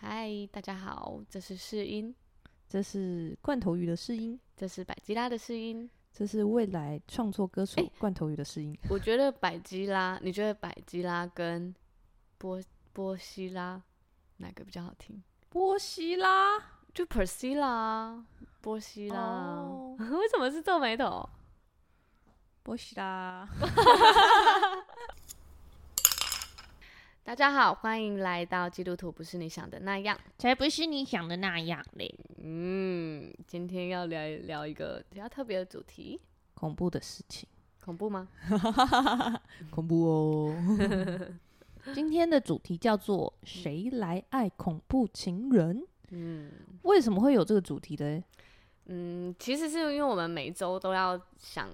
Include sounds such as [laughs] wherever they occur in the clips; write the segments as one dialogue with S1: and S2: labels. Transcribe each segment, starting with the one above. S1: 嗨，大家好，这是试音，
S2: 这是罐头鱼的试音，
S1: 这是百吉拉的试音。
S2: 这是未来创作歌手
S1: 哎
S2: 罐头鱼的试音。
S1: 我觉得百吉拉，你觉得百吉拉跟波波西拉哪个比较好听？
S2: 波西拉，
S1: 就 Persila 啊，波西拉啊。
S2: 哦
S1: [laughs] 为什么是皱眉头？
S2: 波西拉，
S1: 大家好，欢迎来到基督徒不是你想的那样。
S2: [laughs] 才不是你想的那样嘞！
S1: 嗯，今天要聊聊一个比较特别的主题，
S2: [laughs] 恐怖的事情，
S1: 恐怖吗？
S2: [laughs] 恐怖 [laughs] 哦。今天的主题叫做“谁来爱恐怖情人
S1: 嗯”。
S2: 为什么会有这个主题的？
S1: 嗯，其实是因为我们每周都要想，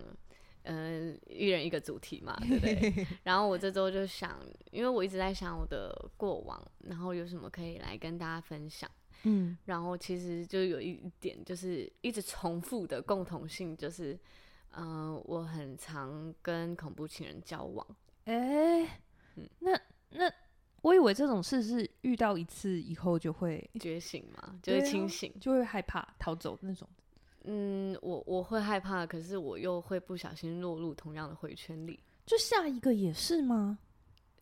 S1: 嗯、一人一个主题嘛，对不
S2: [laughs]
S1: 对？然后我这周就想，因为我一直在想我的过往，然后有什么可以来跟大家分享。
S2: 嗯，
S1: 然后其实就有一点，就是一直重复的共同性，就是，嗯、我很常跟恐怖情人交往。
S2: 哎、那那，我以为这种事是遇到一次以后就会
S1: 觉醒嘛，就是
S2: 对啊
S1: 清醒。
S2: 就会害怕逃走那种。
S1: 嗯，我我会害怕，可是我又会不小心落入同样的回圈里。
S2: 就下一个也是吗？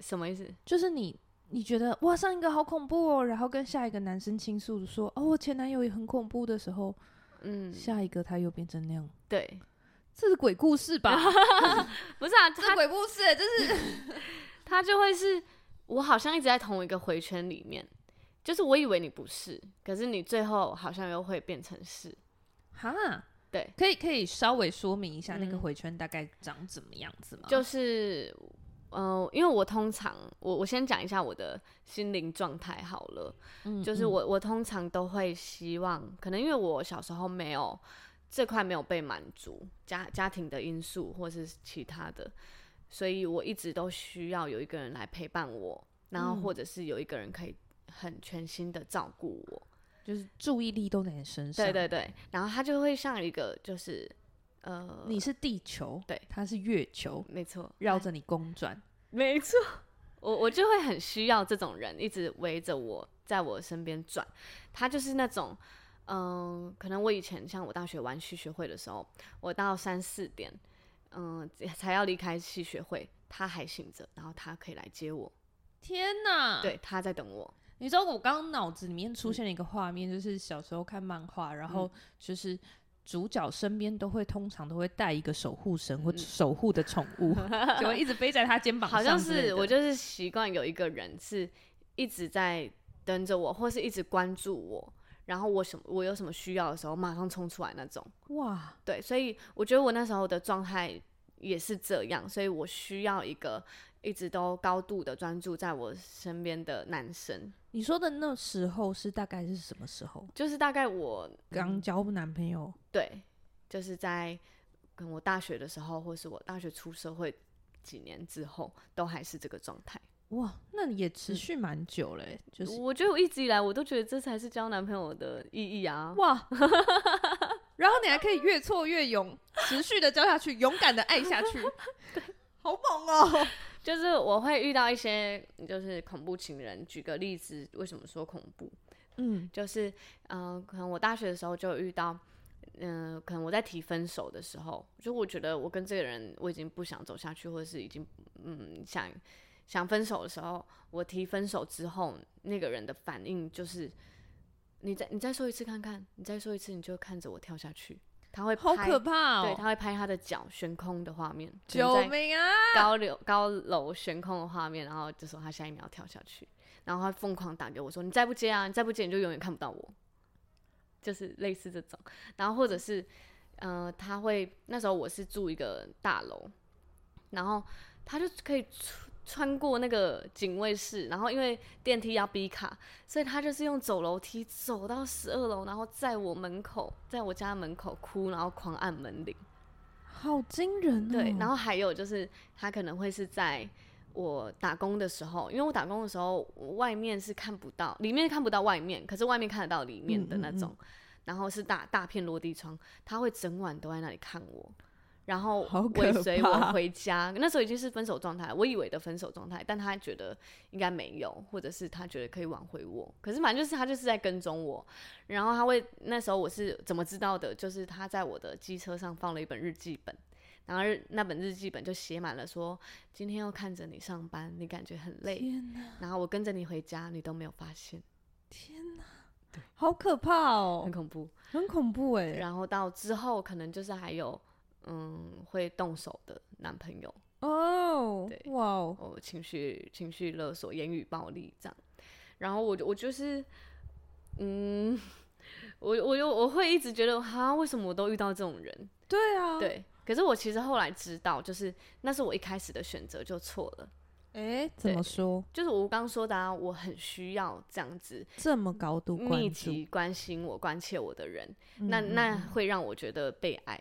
S1: 什么意思？
S2: 就是你你觉得哇上一个好恐怖哦，然后跟下一个男生倾诉说哦我前男友也很恐怖的时候，
S1: 嗯，
S2: 下一个他又变成那样，
S1: 对，
S2: 这是鬼故事
S1: [laughs]
S2: 吧？
S1: 不是啊，
S2: 这
S1: 他
S2: 是鬼故事，这是
S1: 他就会是我好像一直在同一个回圈里面，就是我以为你不是，可是你最后好像又会变成是。
S2: [laughs] 嗯哈。
S1: 对，
S2: 可以可以稍微说明一下那
S1: 嗯
S2: 个回圈大概长怎么样子吗？
S1: 就是，嗯、因为我通常我我先讲一下我的心灵状态好了，
S2: 嗯
S1: 就是
S2: 嗯
S1: 我我通常都会希望，可能因为我小时候没有这块没有被满足，家家庭的因素或是其他的，所以我一直都需要有一个人来陪伴我，然后
S2: 嗯
S1: 或者是有一个人可以很全心的照顾我，
S2: 就是注意力都在你身上，
S1: 对对对，然后他就会像一个就是呃，
S2: 你是地球，
S1: 对
S2: 他是月球，
S1: 没错，
S2: 绕着你公转，
S1: 没错，我我就会很需要这种人一直围着我，在我身边转。他就是那种，嗯、可能我以前像我大学玩戏学会的时候，我到三四点，嗯、才要离开戏学会，他还醒着，然后他可以来接我，
S2: 天哪！
S1: 对，他在等我。
S2: 你知道我刚刚脑子里面
S1: 嗯
S2: 出现了一个画面，就是小时候看漫画，然后就是主角身边都会通常都会带一个守护神或守护的宠
S1: [laughs]
S2: 物，就会一直背在他肩膀上
S1: 嗯好
S2: 之类的。
S1: 像是我就是习惯有一个人是一直在等着我，或是一直关注我，然后我什么我有什么需要的时候马上冲出来那种。
S2: 哇，
S1: 对，所以我觉得我那时候的状态也是这样，所以我需要一个一直都高度的专注在我身边的男生，
S2: 你说的那时候是大概是什么时候？
S1: 就是大概我嗯
S2: 刚交男朋友，
S1: 对，就是在跟我大学的时候，或是我大学出社会几年之后，都还是这个状态。
S2: 哇，那也持续蛮久嘞、就是
S1: 我觉得我一直以来我都觉得这才是交男朋友的意义啊！
S2: 哇。 [laughs] 然后你还可以越挫越勇，持续的交下去，勇敢的爱下去，好猛哦！
S1: 就是我会遇到一些就是恐怖情人，举个例子，为什么说恐怖？
S2: 嗯
S1: 就是嗯、呃可能我大学的时候就遇到，嗯、可能我在提分手的时候，就我觉得我跟这个人我已经不想走下去，或者是已经嗯想想分手的时候，我提分手之后，那个人的反应就是，你再你再说一次看看，你再说一次，你就看着我跳下去，他会拍，
S2: 好可怕哦！
S1: 对，他会拍他的脚悬空的画面，可能在
S2: 救命啊！
S1: 高楼高楼悬空的画面，然后就说他下一秒跳下去，然后他疯狂打给我说：“你再不接啊，你再不接你就永远看不到我。”就是类似这种，然后或者是，呃，他会那时候我是住一个大楼，然后他就可以穿穿过那个警卫室，然后因为电梯要逼卡，所以他就是用走楼梯走到十二楼，然后在我门口，在我家门口哭，然后狂按门铃。
S2: 好惊人哦！
S1: 对，然后还有就是，他可能会是在我打工的时候，因为我打工的时候，我外面是看不到，里面看不到外面，可是外面看得到里
S2: 嗯
S1: 面的那种。然后是大大片落地窗，他会整晚都在那里看我，然后
S2: 好可
S1: 尾随我
S2: 怕
S1: 回家。那时候已经是分手状态，我以为的分手状态，但他觉得应该没有，或者是他觉得可以挽回我。可是反正就是他就是在跟踪我，然后他会那时候我是怎么知道的？就是他在我的机车上放了一本日记本。然后日那本日记本就写满了说，今天又看着你上班，你感觉很累，
S2: 天啊哪，
S1: 然后我跟着你回家，你都没有发现，
S2: 天哪，好可怕哦
S1: 很，恐怖。
S2: 很恐怖哎、
S1: 然后到之后可能就是还有，嗯，会动手的男朋友，
S2: 哦
S1: 对，
S2: 哇哦，
S1: 哦，情绪情绪勒索、言语暴力这样。然后我就我就是，嗯，我我又我会一直觉得，哈，为什么我都遇到这种人？
S2: 对啊，，
S1: 对。可是我其实后来知道，就是那是我一开始的选择就错了。
S2: 哎、怎么说？
S1: 就是我刚说的啊，我很需要这样子
S2: 这么高度
S1: 密
S2: 关注，
S1: 集关心我、关切我的人，
S2: 嗯
S1: 那
S2: 嗯
S1: 那
S2: 嗯
S1: 会让我觉得被爱。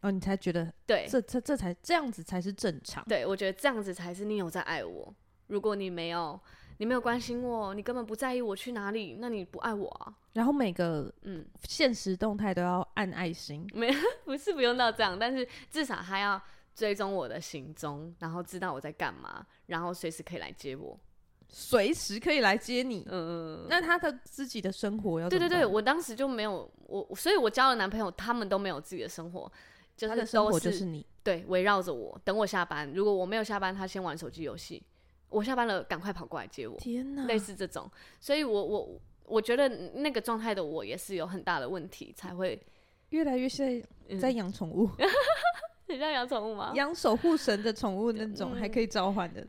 S2: 哦，你才觉得
S1: 对，
S2: 这这这才这样子才是正常。
S1: 对，我觉得这样子才是你有在爱我。如果你没有，你没有关心我，你根本不在意我去哪里，那你不爱我啊？
S2: 然后每个
S1: 嗯， [laughs]
S2: 现实动态都要按爱心，
S1: 不是不用到这样，但是至少他要追踪我的行踪，然后知道我在干嘛，然后随时可以来接我。
S2: 随时可以来接你。
S1: 嗯，
S2: 那他的自己的生活要
S1: 对
S2: 怎
S1: 对
S2: 么
S1: 对，
S2: 办，
S1: 我当时就没有我，所以我交了男朋友，他们都没有自己的生活，就
S2: 他
S1: 是
S2: 的
S1: 都
S2: 生活就是你。
S1: 对，围绕着我，等我下班。如果我没有下班，他先玩手机游戏；我下班了，赶快跑过来接我。
S2: 天哪
S1: 类似这种，所以我我我觉得那个状态的我也是有很大的问题，才会
S2: 越来越像
S1: 嗯 [laughs]
S2: 在养宠物，
S1: 很像养宠物吗？
S2: 养守护神的宠物那种，还可
S1: 嗯
S2: 以召
S1: [laughs]
S2: 唤的。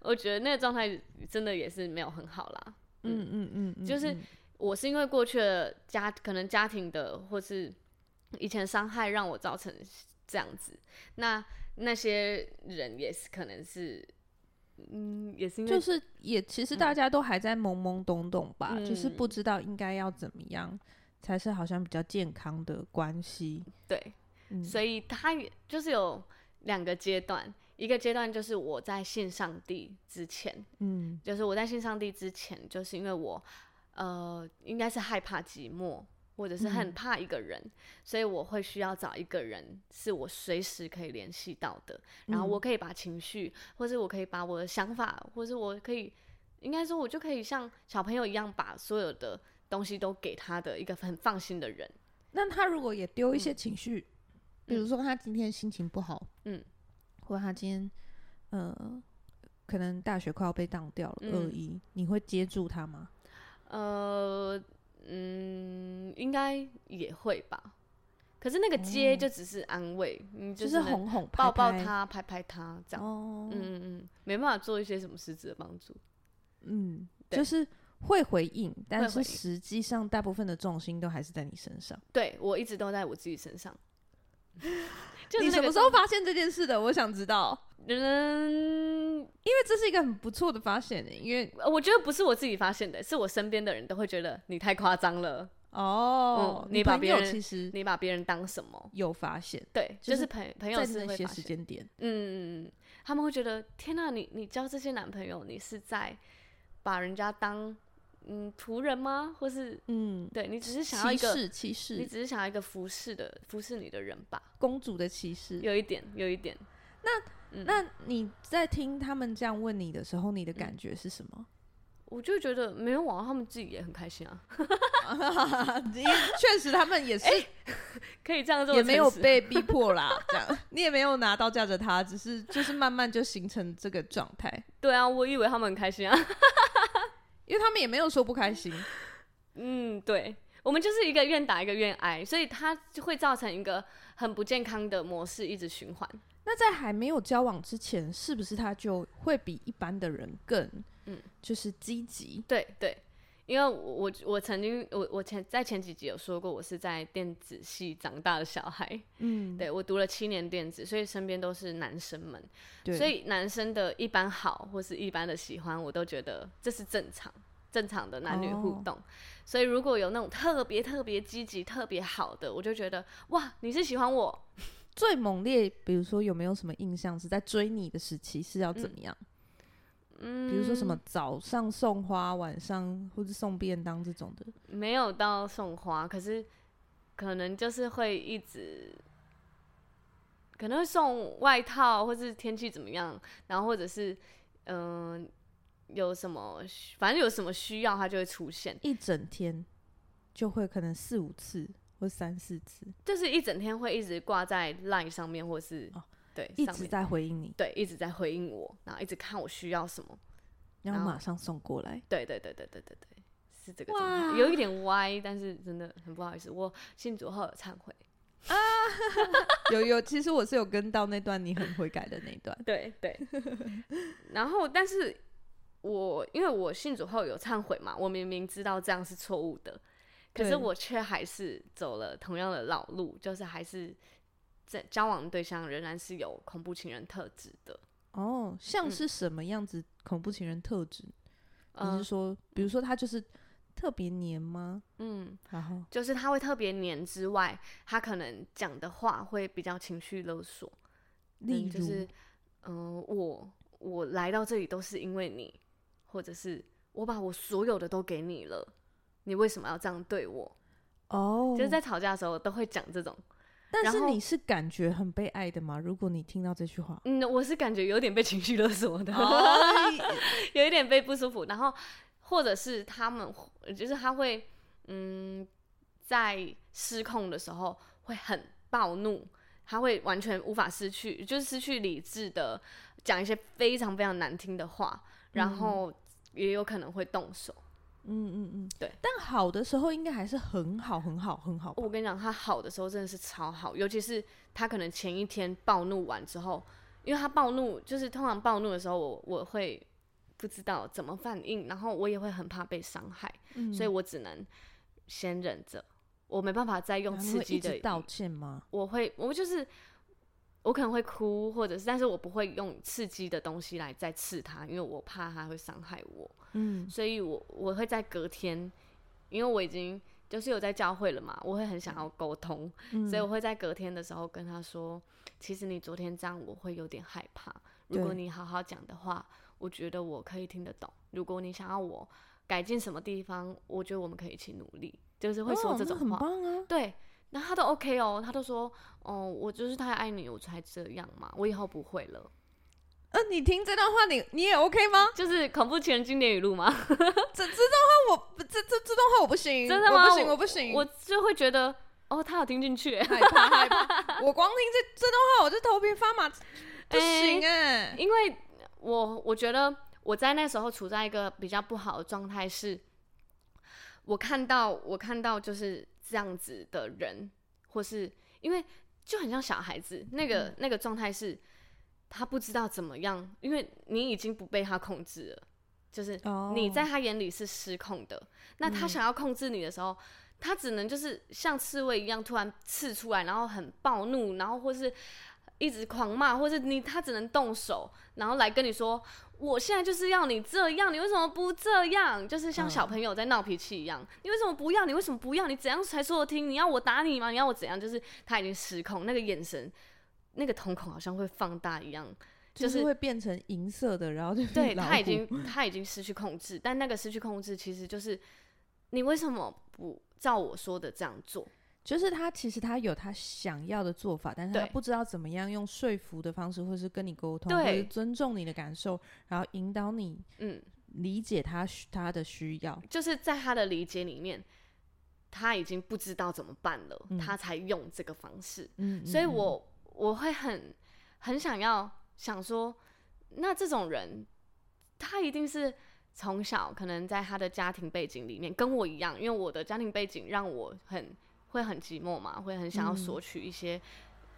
S1: 我觉得那个状态真的也是没有很好啦。
S2: 嗯嗯嗯嗯，
S1: 就是
S2: 嗯
S1: 我是因为过去的家可能家庭的或是以前伤害让我造成这样子，那那些人也是可能是，嗯，也是因为
S2: 就是也其实大家都还在懵懵懂懂吧，
S1: 嗯
S2: 就是不知道应该要怎么样才是好像比较健康的关系。
S1: 对，
S2: 嗯
S1: 所以他也就是有两个阶段，一个阶段就是我在信上帝之前，
S2: 嗯
S1: 就是我在信上帝之前，就是因为我呃应该是害怕寂寞，或者是
S2: 嗯
S1: 很怕一个人，所以我会需要找一个人是我随时可以联系到的，然后
S2: 嗯
S1: 我可以把情绪，或是我可以把我的想法，或是我可以应该说我就可以像小朋友一样把所有的东西都给他的一个很放心的人。
S2: 那他如果也丢一些情绪，比如说他今天心情不好，
S1: 嗯，
S2: 或者他今天呃可能大学快要被当掉了，
S1: 嗯
S2: 恶意，你会接住他吗？
S1: 呃，嗯，应该也会吧。可是那个接
S2: 哦
S1: 就只是安慰，嗯你
S2: 就是是
S1: 能
S2: 哄哄
S1: 抱抱
S2: 拍拍
S1: 他、拍拍他这样。
S2: 哦
S1: 嗯，嗯嗯，没办法做一些什么实质的帮助。
S2: 嗯，
S1: 对
S2: 就是会回应，但
S1: 回
S2: 是
S1: 应
S2: 实际上大部分的重心都还是在你身上。
S1: 对我一直都在我自己身上。 [laughs] 就是
S2: 你
S1: 那
S2: 什
S1: 个
S2: 么时候发现这件事的？我想知道，
S1: 嗯，呃
S2: 因为这是一个很不错的发现耶，因为
S1: 我觉得不是我自己发现的，是我身边的人都会觉得你太夸张了，
S2: 哦，
S1: 嗯你把
S2: 朋
S1: 别
S2: 友
S1: 人
S2: 其实
S1: 你把别人当什么？
S2: 有发现，
S1: 对，
S2: 就
S1: 就是是朋朋友
S2: 在
S1: 是
S2: 那
S1: 会
S2: 些
S1: 发
S2: 时
S1: 现。
S2: 间点，
S1: 嗯，嗯嗯，他们会觉得天呐，你你交这些男朋友，你是在把人家当嗯仆人吗？或是
S2: 嗯，
S1: 对你只是想要
S2: 骑
S1: 一个，
S2: 士，骑
S1: 你
S2: 士，
S1: 只是想要一个服侍的服侍你的人吧？
S2: 公主的骑士。
S1: 有一点，有一点，
S2: 那你在听他们这样问你的时候，你的
S1: 嗯
S2: 感觉是什么？
S1: 我就觉得没有网，他们自己也很开心啊， [laughs]
S2: 因为确实他们也是
S1: 可啊哎以这样做，
S2: 也没有被逼迫啦，这样你也没有拿刀架着他，只是就是慢慢就形成这个状态，
S1: 对啊，我以为他们很开心啊。 [laughs]
S2: 因为他们也没有说不开心，
S1: 嗯，对，我们就是一个愿打一个愿挨，所以它就会造成一个很不健康的模式一直循环。
S2: 那在还没有交往之前，是不是他就会比一般的人更，嗯
S1: 嗯，
S2: 就是积极？
S1: 对对，因为我我我曾经我我前在前几集有说过，我是在电子系长大的小孩，
S2: 嗯，
S1: 对我读了七年电子，所以身边都是男生们，
S2: 对，
S1: 所以男生的一般好或是一般的喜欢，我都觉得这是正常。正常的男女互
S2: 哦
S1: 动所以如果有那种特别特别积极、特别好的，我就觉得哇，你是喜欢我，
S2: 最猛烈，比如说有没有什么印象是在追你的时期是要怎么样？
S1: 嗯，
S2: 比如说什么早上送花，晚上或是送便当这种的，
S1: 没有到送花，可是可能就是会一直可能会送外套，或是天气怎么样，然后或者是嗯、有什么需反正有什么需要，他就会出现，
S2: 一整天就会可能四五次或三四次，
S1: 就是一整天会一直挂在 LINE 上面，或是、
S2: 哦
S1: 对
S2: 一
S1: 上
S2: 直
S1: 面
S2: 在回应你，
S1: 对一直在回应我，然后一直看我需要什么。
S2: 然后
S1: 然后
S2: 马上送过来。 [laughs]
S1: 对对对对对对对，是这个
S2: 哇
S1: 状态，有一点歪，但是真的很不好意思，我信主后有忏
S2: [laughs]
S1: 悔。
S2: 有有，其实我是有跟到那段你很悔改的那一段。
S1: 对对， [laughs] 然后但是我因为我信主后有忏悔嘛，我明明知道这样是错误的，可是
S2: 对
S1: 我却还是走了同样的老路，就是还是在交往对象仍然是有恐怖情人特质的。
S2: 哦，像
S1: 嗯
S2: 是什么样子恐怖情人特质？你
S1: 嗯
S2: 是说，比如说他就是特别黏吗？
S1: 嗯，
S2: 然后
S1: 就是他会特别黏之外，他可能讲的话会比较情绪勒索。
S2: 例
S1: 嗯
S2: 如，
S1: 就是，嗯、我我来到这里都是因为你，或者是我把我所有的都给你了，你为什么要这样对我？
S2: 哦，
S1: 就是在吵架的时候都会讲这种，
S2: 但
S1: 然
S2: 是
S1: 后，
S2: 你是感觉很被爱的吗？如果你听到这句话
S1: 嗯，我是感觉有点被情绪勒索的， [laughs]
S2: 哦
S1: 有一点被不舒服，然后或者是他们就是他会，嗯，在失控的时候会很暴怒，他会完全无法失去，就是失去理智的讲一些非常非常难听的话，然后也有可能会动手。
S2: 嗯嗯嗯，
S1: 对。
S2: 但好的时候应该还是很好，很好，很好吧。
S1: 我跟你讲，他好的时候真的是超好，尤其是他可能前一天暴怒完之后，因为他暴怒就是通常暴怒的时候我，我会不知道怎么反应，然后我也会很怕被伤害，
S2: 嗯
S1: 所以我只能先忍着，我没办法再用
S2: 然后
S1: 刺
S2: 会
S1: 激
S2: 一直
S1: 的语
S2: 道歉吗？
S1: 我会我就是我可能会哭，或者是，但是我不会用刺激的东西来再刺他，因为我怕他会伤害我。
S2: 嗯
S1: 所以我我会在隔天，因为我已经就是有在教会了嘛，我会很想要沟通，
S2: 嗯
S1: 所以我会在隔天的时候跟他说，其实你昨天这样我会有点害怕，如果
S2: 对
S1: 你好好讲的话，我觉得我可以听得懂。如果你想要我改进什么地方，我觉得我们可以一起努力，就是会说
S2: 哦
S1: 这
S2: 那
S1: 种
S2: 很
S1: 话，
S2: 棒啊。
S1: 对。然后他都 OK 哦，他都说，哦，我就是太爱你，我才这样嘛，我以后不会了，
S2: 呃，你听这段话你，你也 OK 吗？
S1: 就是恐怖情人经典语录嘛。
S2: 这这段话我不这这这段话我不行，
S1: 真的
S2: 我
S1: 吗
S2: 不行，我不行，
S1: 我就会觉得，哦，他有听进去耶，
S2: 害怕害怕。 [laughs] 我光听这这段话我就头皮
S1: [laughs]
S2: 发
S1: 哎
S2: 麻，不行哎、
S1: 因为我我觉得我在那时候处在一个比较不好的状态，是我看到我看到就是这样子的人，或是因为就很像小孩子，那个、那个状态是，他不知道怎么样，因为你已经不被他控制了，就是
S2: 哦
S1: 你在他眼里是失控的，那他想要控制你的时候，他只能就是像刺猬一样突然刺出来，然后很暴怒，然后或是一直狂骂，或是你他只能动手，然后来跟你说，我现在就是要你这样，你为什么不这样？就是像小朋友在闹脾气一样，你为什么不要？你为什么不要？你怎样才说得听？你要我打你吗？你要我怎样？就是他已经失控，那个眼神，那个瞳孔好像会放大一样。
S2: 就
S1: 就是
S2: 是会变成银色的，然后就
S1: 对
S2: 变老
S1: 他已
S2: 虎
S1: 经他已经失去控制，但那个失去控制其实就是你为什么不照我说的这样做？
S2: 就是他其实他有他想要的做法，但是他
S1: 对
S2: 不知道怎么样用说服的方式，或是跟你沟通，
S1: 对
S2: 或是尊重你的感受，然后引导你
S1: 嗯，
S2: 理解他需他的需要。
S1: 就是在他的理解里面，他已经不知道怎么办了，他才用这个方式。
S2: 嗯，
S1: 所以
S2: 嗯
S1: 我我会很很想要想说，那这种人，他一定是从小可能在他的家庭背景里面跟我一样，因为我的家庭背景让我很会很寂寞嘛，会很想要
S2: 嗯
S1: 索取一些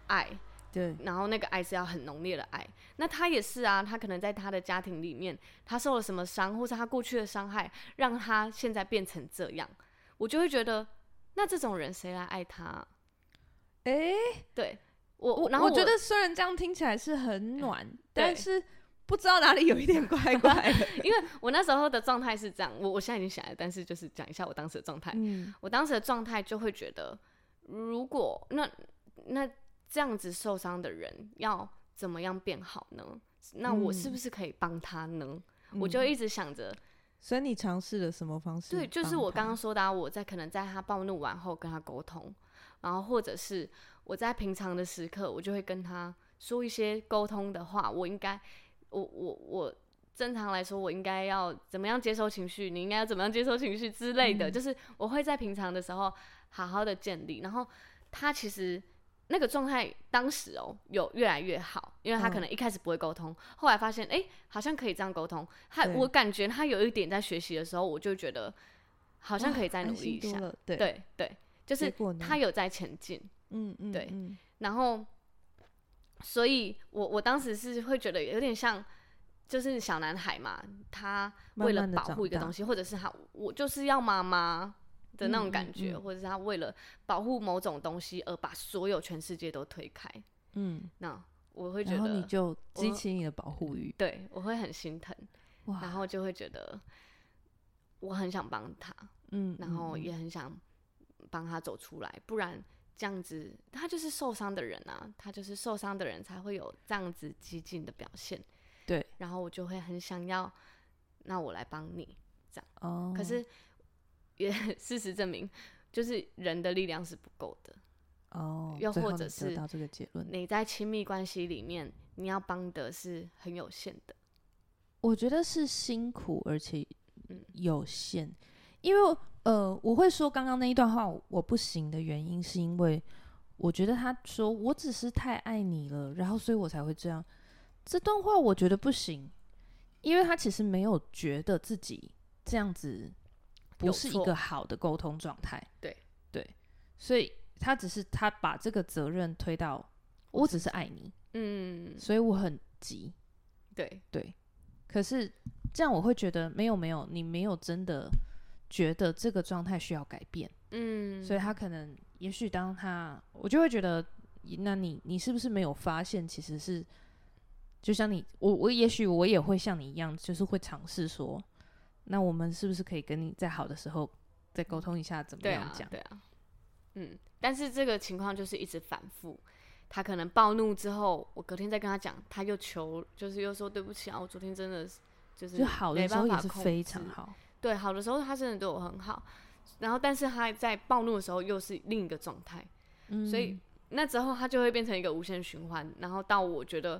S1: 爱，
S2: 对
S1: 然后那个爱是要很浓烈的爱。那他也是啊，他可能在他的家庭里面，他受了什么伤，或是他过去的伤害，让他现在变成这样，我就会觉得，那这种人谁来爱他啊、
S2: 诶，
S1: 对我，
S2: 我
S1: 然后
S2: 我觉得虽然这样听起来是很暖，
S1: 对
S2: 但是不知道哪里有一
S1: [laughs]
S2: 点怪怪的。
S1: 因为我那时候的状态是这样，我我现在已经想了，但是就是讲一下我当时的状态。
S2: 嗯，
S1: 我当时的状态就会觉得，如果那那这样子受伤的人要怎么样变好呢？那我是不是可以帮他呢？我就
S2: 嗯
S1: 一直想着，
S2: 所以你尝试了什么方式帮
S1: 对，
S2: 他？
S1: 就是我刚刚说的、啊，我在可能在他暴怒完后跟他沟通，然后或者是我在平常的时刻，我就会跟他说一些沟通的话，我应该，我我我正常来说，我应该要怎么样接收情绪，你应该要怎么样接收情绪之类
S2: 嗯
S1: 的，就是我会在平常的时候好好的建立，然后他其实。那个状态当时哦、有越来越好，因为
S2: 嗯
S1: 他可能一开始不会沟通，后来发现哎、诶好像可以这样沟通。他
S2: 对
S1: 我感觉他有一点在学习的时候，我就觉得好
S2: 好
S1: 像可以再努力一下。
S2: 了，对，
S1: 对对，就
S2: 结
S1: 是
S2: 果呢
S1: 他有在前进，
S2: 嗯嗯
S1: 对
S2: 嗯
S1: 然后，所以我我当时是会觉得有点像，就是小男孩嘛，他为了
S2: 慢慢地
S1: 保护一个
S2: 长大
S1: 东西，或者是他我就是要妈妈的那种感觉，
S2: 嗯嗯嗯
S1: 或者是他为了保护某种东西而把所有全世界都推开，
S2: 嗯，
S1: 那我会觉
S2: 然后你
S1: 得，
S2: 就激
S1: 我
S2: 起你的保护欲，
S1: 对我会很心疼，
S2: 哇，嗯
S1: 然后就会觉得我很想帮他，
S2: 嗯，
S1: 然后
S2: 嗯嗯
S1: 也很想帮他走出来，不然这样子他就是受伤的人啊，他就是受伤的人才会有这样子激进的表现。
S2: 对，
S1: 然后我就会很想要，那我来帮你。
S2: 哦，
S1: 可是也 [laughs] 事实证明，就是人的力量是不够的。
S2: 哦，
S1: 又
S2: 最
S1: 或
S2: 后
S1: 者
S2: 你
S1: 是
S2: 得到这个结论，
S1: 你在亲密关系里面，你要帮的是很有限的。
S2: 我觉得是辛苦而且
S1: 嗯
S2: 有限，因为呃，我会说刚刚那一段话我不行的原因，是因为我觉得他说我只是太爱你了，然后所以我才会这样。这段话我觉得不行，因为他其实没有觉得自己这样子不
S1: 有
S2: 是一
S1: 错
S2: 个好的沟通状态。
S1: 对
S2: 对，所以他只是他把这个责任推到我只是爱你，
S1: 嗯，
S2: 所以我很急。
S1: 对，
S2: 可是这样我会觉得没有没有，你没有真的觉得这个状态需要改变，
S1: 嗯，
S2: 所以他可能也许当他，我就会觉得，那你你是不是没有发现其实是，就像你我我也许我也会像你一样，就是会尝试说，那我们是不是可以跟你在好的时候再沟通一下怎么
S1: 对
S2: 样
S1: 啊，
S2: 讲？
S1: 对啊，嗯，但是这个情况就是一直反复。他可能暴怒之后，我隔天再跟他讲，他又求，就是又说对不起啊，我昨天真的是就是
S2: 就好的
S1: 没
S2: 时候
S1: 办
S2: 也
S1: 法
S2: 是
S1: 控
S2: 非常
S1: 制
S2: 好，
S1: 对，好的时候他真的对我很好，然后但是他在暴怒的时候又是另一个状态，
S2: 嗯
S1: 所以那之后他就会变成一个无限循环，然后到我觉得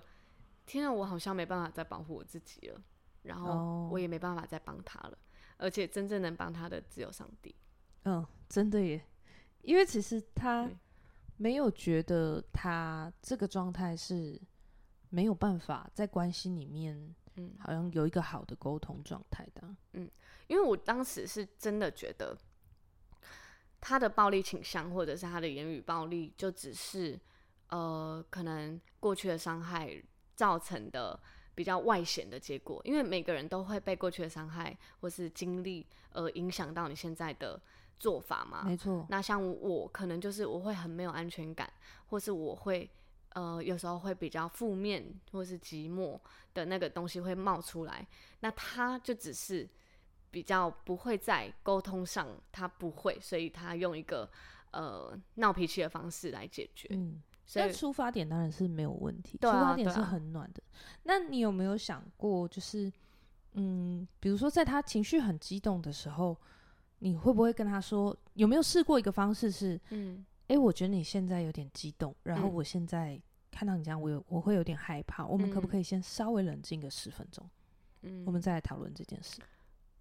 S1: 天啊，我好像没办法再保护我自己了，然后
S2: 哦
S1: 我也没办法再帮他了，而且真正能帮他的只有上帝。
S2: 嗯，真的耶，因为其实他
S1: 对
S2: 没有觉得他这个状态是没有办法在关系里面，
S1: 嗯
S2: 好像有一个好的沟通状态的啊。
S1: 因为我当时是真的觉得他的暴力倾向或者是他的言语暴力，就只是呃可能过去的伤害造成的比较外显的结果，因为每个人都会被过去的伤害或是经历而影响到你现在的做法嘛，
S2: 没错，
S1: 啊那像我可能就是我会很没有安全感，或是我会呃有时候会比较负面或是寂寞的那个东西会冒出来。那他就只是比较不会在沟通上，他不会，所以他用一个呃闹脾气的方式来解决。
S2: 嗯，
S1: 所
S2: 那
S1: 以
S2: 出发点当然是没有问题，
S1: 对啊
S2: 出发点
S1: 对啊
S2: 是很暖的。那你有没有想过，就是嗯，比如说在他情绪很激动的时候，你会不会跟他说？有没有试过一个方式是，
S1: 嗯
S2: 诶，我觉得你现在有点激动，然后
S1: 嗯
S2: 我现在看到你这样，我有我会有点害怕。我们可不
S1: 嗯
S2: 可以先稍微冷静个十分钟，
S1: 嗯
S2: 我们再来讨论这件事？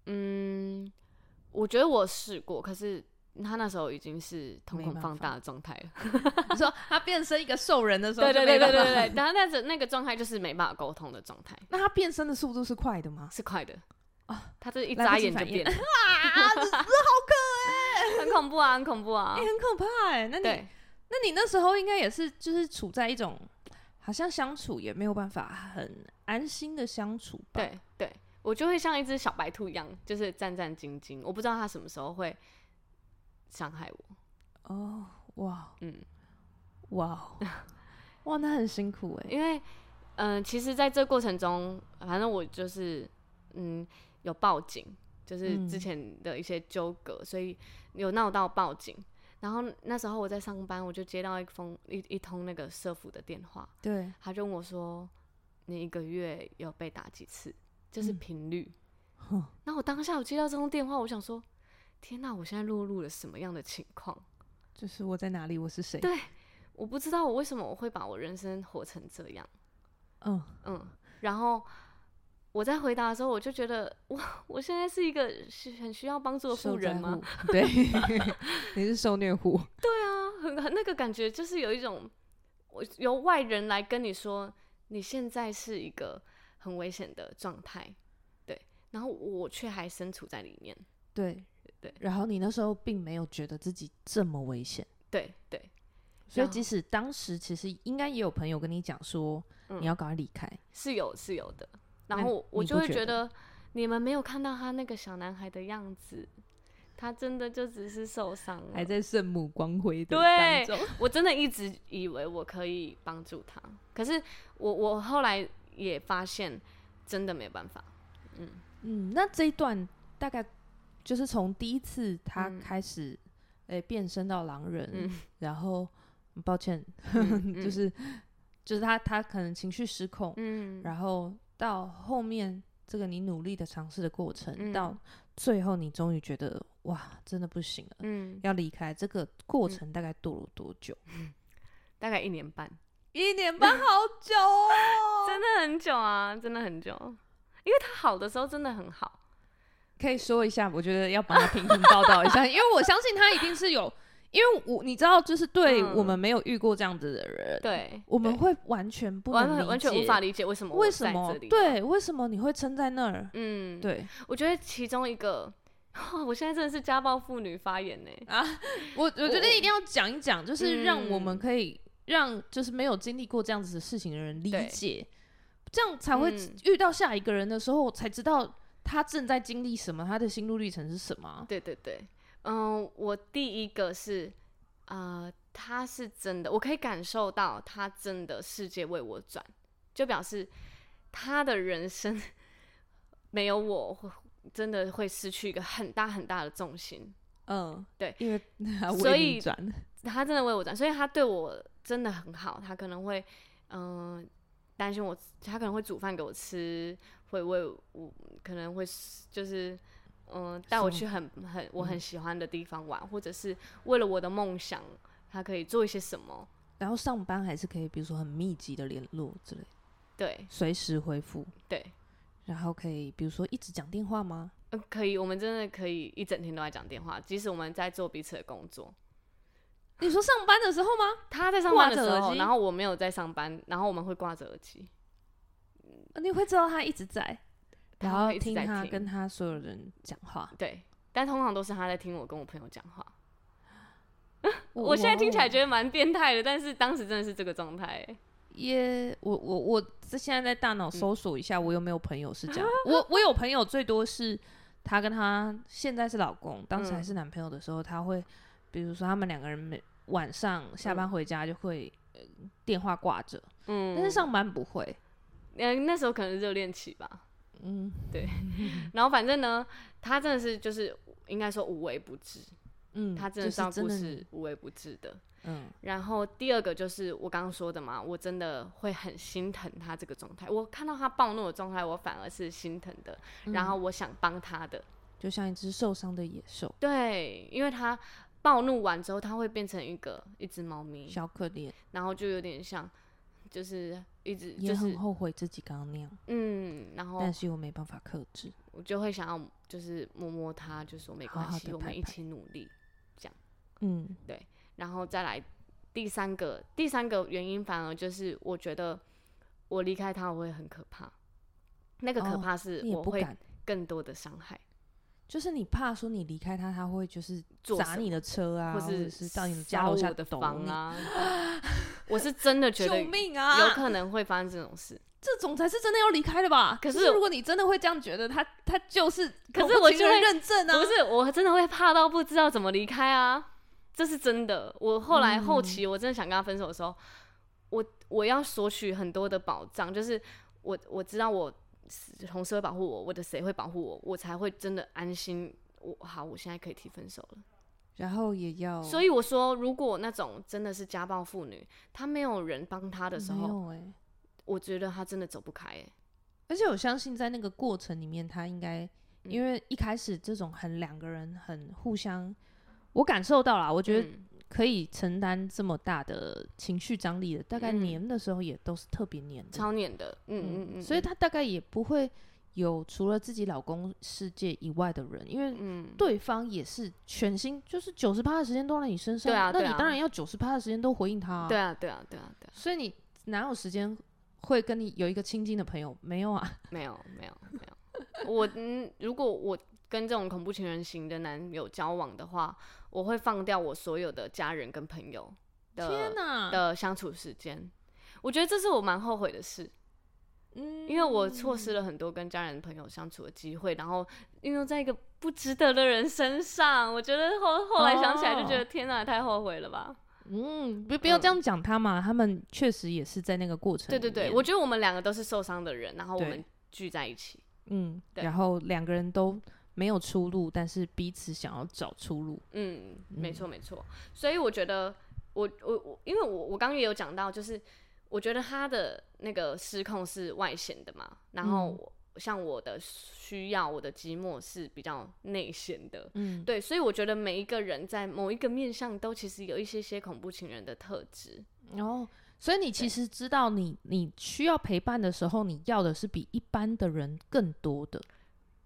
S1: 嗯，我觉得我试过，可是他那时候已经是瞳
S2: 没
S1: 孔
S2: 办
S1: 放
S2: 法
S1: 大的状态 [laughs] 了。
S2: [laughs] 你说他变身一个兽人的时候，
S1: 对对对对对对，
S2: 对。
S1: 然后那时那个状态就是没办法沟通的状态。
S2: 那他变身的速度是快的吗？
S1: 是快的
S2: 啊
S1: 啊，他这一
S2: 来不
S1: 眨
S2: 及
S1: 眼就
S2: 反应啊
S1: 变了， [laughs] 很恐怖啊，很恐怖啊
S2: 哎、，很可怕哎、那你
S1: 对，
S2: 那你那时候应该也是就是处在一种好像相处也没有办法很安心的相处吧？，
S1: 对对，我就会像一只小白兔一样，就是战战兢兢，我不知道他什么时候会伤害我，
S2: 哦，哇
S1: 嗯，
S2: 哇哦 [laughs] 哇，那很辛苦哎、
S1: 因为嗯、呃其实在这过程中，反正我就是嗯有报警，就是
S2: 嗯
S1: 之前的一些纠葛，所以有闹到报警。然后那时候我在上班，我就接到一封一一通那个社服的电话，
S2: 对，
S1: 他就问我说：“你一个月有被打几次？就是
S2: 嗯
S1: 频率。
S2: [laughs] 哼
S1: 那我当下我接到这通电话，我想说：“天哪、我现在落入了什么样的情况？”
S2: 就是我在哪里，我是谁？
S1: 对我不知道我为什么我会把我人生活成这样，
S2: 嗯，
S1: 嗯，然后我在回答的时候，我就觉得我我现在是一个是很需要帮助的
S2: 受
S1: 富人
S2: 灾
S1: 吗？
S2: 户？对， [laughs] 你是受虐户。
S1: 很很那个感觉，就是有一种我由外人来跟你说，你现在是一个很危险的状态，对，然后我却还身处在里面，
S2: 对
S1: 对
S2: 然后你那时候并没有觉得自己这么危险，
S1: 对对
S2: 所以
S1: 然后
S2: 即使当时其实应该也有朋友跟你讲说、
S1: 嗯
S2: 你要赶快离开，
S1: 是有是有的。然
S2: 那
S1: 后我我
S2: 你
S1: 就
S2: 不
S1: 会
S2: 觉
S1: 觉
S2: 得
S1: 得你们没有看到他那个小男孩的样子，他真的就只是受伤了，
S2: 还在圣母光辉的
S1: 嗯对 [laughs]
S2: 当中。
S1: 我真的一直以为我可以帮助他，可是我我后来也发现，真的没办法。
S2: 嗯，那这一段大概就是从第一次他
S1: 嗯
S2: 开始，诶、变身到狼人，
S1: 嗯
S2: 然后嗯抱歉，
S1: 嗯
S2: [laughs] 就
S1: 嗯
S2: 是就是他他可能情绪失控，
S1: 嗯，
S2: 然后到后面这个你努力的尝试的过程，
S1: 嗯
S2: 到最后你终于觉得哇，真的不行了，
S1: 嗯，
S2: 要离开。这个过程大概堕落多久？
S1: 大概一年半，
S3: 一年半好久哦，
S1: 嗯真的很久啊，真的很久。因为他好的时候真的很好，
S2: 可以说一下，我觉得要帮他平衡报道一下，因为我相信他一定是有，因为我你知道，就是对
S1: 嗯
S2: 我们没有遇过这样子的人，
S1: 对，
S2: 我们
S1: 对
S2: 会完全不
S1: 完
S2: 能理解，
S1: 全完全无法理解为什么
S2: 为
S1: 我
S2: 什
S1: 在
S2: 么
S1: 这里。，
S2: 对，为什么你会撑在那儿？
S1: 嗯，，
S2: 对
S1: 我觉得其中一个， [laughs] 哦、我现在真的是家暴妇女发言呢。
S2: 啊，我我觉得
S1: 我
S2: 一定要讲一讲，就是让我们
S1: 嗯
S2: 可以让就是没有经历过这样子的事情的人理
S1: 对
S2: 解，这样才会
S1: 嗯
S2: 遇到下一个人的时候才知道他正在经历什么，他的心路历程是什么啊。
S1: 对对对，嗯，我第一个是，呃，他是真的，我可以感受到他真的世界为我转，就表示他的人生 [laughs] 没有我，会真的会失去一个很大很大的重心。
S2: 嗯，
S1: 对，
S2: 因为他
S1: 所
S2: 为你
S1: 以
S2: 转，
S1: 他真的为我转，所以他对我真的很好。他可能会，嗯、担心我，他可能会煮饭给我吃，会为我，可能会就是，嗯、带我
S2: 送嗯
S1: 去很很我很喜欢的地方玩，或者是为了我的梦想，他可以做一些什么。
S2: 然后上班还是可以，比如说很密集的联络之类，
S1: 对
S2: 随时回复，
S1: 对，
S2: 然后可以比如说一直讲电话吗？
S1: 呃可以，我们真的可以一整天都在讲电话，即使我们在做彼此的工作。
S2: 你说上班的时候吗？
S1: 他在上
S2: 挂
S1: 班的
S2: 着
S1: 时
S2: 耳
S1: 候，
S2: 机
S1: 然后我没有在上班，然后我们会挂着耳机，
S2: 你会知道他一直在，
S1: 他
S2: 然后
S1: 会一直
S2: 听
S1: 在
S2: 他
S1: 听
S2: 跟他所有人讲话。
S1: 对，但通常都是他在听我跟我朋友讲话。
S2: 哇
S1: 我现在听起
S2: 哦
S1: 来觉得蛮变态的，但是当时真的是这个状态欸。
S2: 耶，我我我这现在在大
S1: 嗯
S2: 脑搜索一下，我有没有朋友是这
S1: 啊
S2: 样？我我有朋友最多是她跟她现在是老公，当时还
S1: 嗯
S2: 是男朋友的时候，她会比如说他们两个人每晚上下班回家就会、呃、电话挂着，
S1: 嗯，
S2: 但是上班不会。
S1: 呃那时候可能是热恋期吧。
S2: 嗯，
S1: 然后反正呢，他真的是就是应该说无微不至，
S2: 嗯，
S1: 他真
S2: 就
S1: 的
S2: 是
S1: 照顾
S2: 你
S1: 是无微不至的。
S2: 嗯
S1: 然后第二个就是我刚刚说的嘛，我真的会很心疼他这个状态。我看到他暴怒的状态，我反而是心疼的，
S2: 嗯
S1: 然后我想帮他的。
S2: 就像一只受伤的野兽，
S1: 对，因为他暴怒完之后，他会变成一个一只猫咪，
S2: 小可怜，
S1: 然后就有点像，就是一直
S2: 也
S1: 就
S2: 很
S1: 是
S2: 后悔自己刚刚那样，
S1: 嗯，然后
S2: 但是又没办法克制。
S1: 我就会想要就是摸摸他，就说没关
S2: 好好地
S1: 系，我
S2: 拍
S1: 们一
S2: 拍
S1: 起努力。
S2: 嗯
S1: 然后再来第三个，第三个原因反而就是我觉得我离开他我会很可怕，那个可
S2: 哦
S1: 怕是
S2: 你也
S1: 我
S2: 不
S1: 会
S2: 敢，
S1: 更多的伤害，
S2: 就是你怕说你离开他，他会就是
S1: 做
S2: 砸
S1: 什
S2: 你的车啊，
S1: 或
S2: 或
S1: 是
S2: 者是到你们家
S1: 烧
S2: 楼下
S1: 我的
S2: 抖
S1: 房
S2: 你， [laughs]
S1: 啊。我是真的觉得
S2: 救
S1: 有
S2: 命啊！
S1: 可能会发生这种事，
S2: 这种才是真的要离开的吧？
S1: 可
S2: 就是是如果你真的会这样觉得，他他就是恐
S1: 是
S2: 怖
S1: 我
S2: 情
S1: 就
S2: 人
S1: 会
S2: 认证啊
S1: 不，是我真的会怕到不知道怎么离开啊，这是真的。我后来后
S2: 嗯
S1: 期我真的想跟他分手的时候，我我要索取很多的保障，就是我我知道我同事会保护我，我的谁会保护我，我才会真的安心。我好，我现在可以提分手了。
S2: 然后也要
S1: 所以我说，如果那种真的是家暴妇女，她没有人帮她的时候，
S2: 没有哎、
S1: 我觉得她真的走不开、欸。
S2: 而且我相信在那个过程里面，他应
S1: 嗯
S2: 该因为一开始这种很两个人很互相，我感受到啦，我觉得
S1: 嗯
S2: 可以承担这么大的情绪张力的，大概
S1: 嗯
S2: 黏的时候也都是特别黏的，
S1: 超黏的，嗯嗯嗯，
S2: 所以她大概也不会有除了自己老公世界以外的人，因为
S1: 嗯，
S2: 对方也是全心，就是九十趴的时间都在你身上，
S1: 对啊
S2: 那
S1: 对
S2: 你
S1: 啊
S2: 当然要九十趴的时间都回应他、
S1: 对，啊对啊对啊对啊，
S2: 所以你哪有时间会跟你有一个亲近的朋友？没有啊，
S1: 没有没有没有，我嗯，如果我跟这种恐怖情人型的男友交往的话，我会放掉我所有的家人跟朋友的
S2: 天哪，
S1: 的相处时间。我觉得这是我蛮后悔的事，
S2: 嗯
S1: 因为我错失了很多跟家人朋友相处的机会，然后运用在一个不值得的人身上。我觉得后后来想起来就
S2: 哦
S1: 觉得，天哪，太后悔了吧？
S2: 嗯，不不要这样讲他嘛，他们确实也是在那个过程
S1: 对
S2: 里面。
S1: 对对，我觉得我们两个都是受伤的人，然后我
S2: 对
S1: 们聚在一起，
S2: 嗯，
S1: 对
S2: 然后两个人都没有出路，但是彼此想要找出路。
S1: 嗯，没错没错。所以我觉得我，我我因为我我刚刚也有讲到，就是我觉得他的那个失控是外显的嘛，然后
S2: 嗯
S1: 我、像我的需要，我的寂寞是比较内显的。
S2: 嗯，
S1: 对，所以我觉得每一个人在某一个面向都其实有一些些恐怖情人的特质，
S2: 然后。哦所以你其实知道你，你需要陪伴的时候，你要的是比一般的人更多的，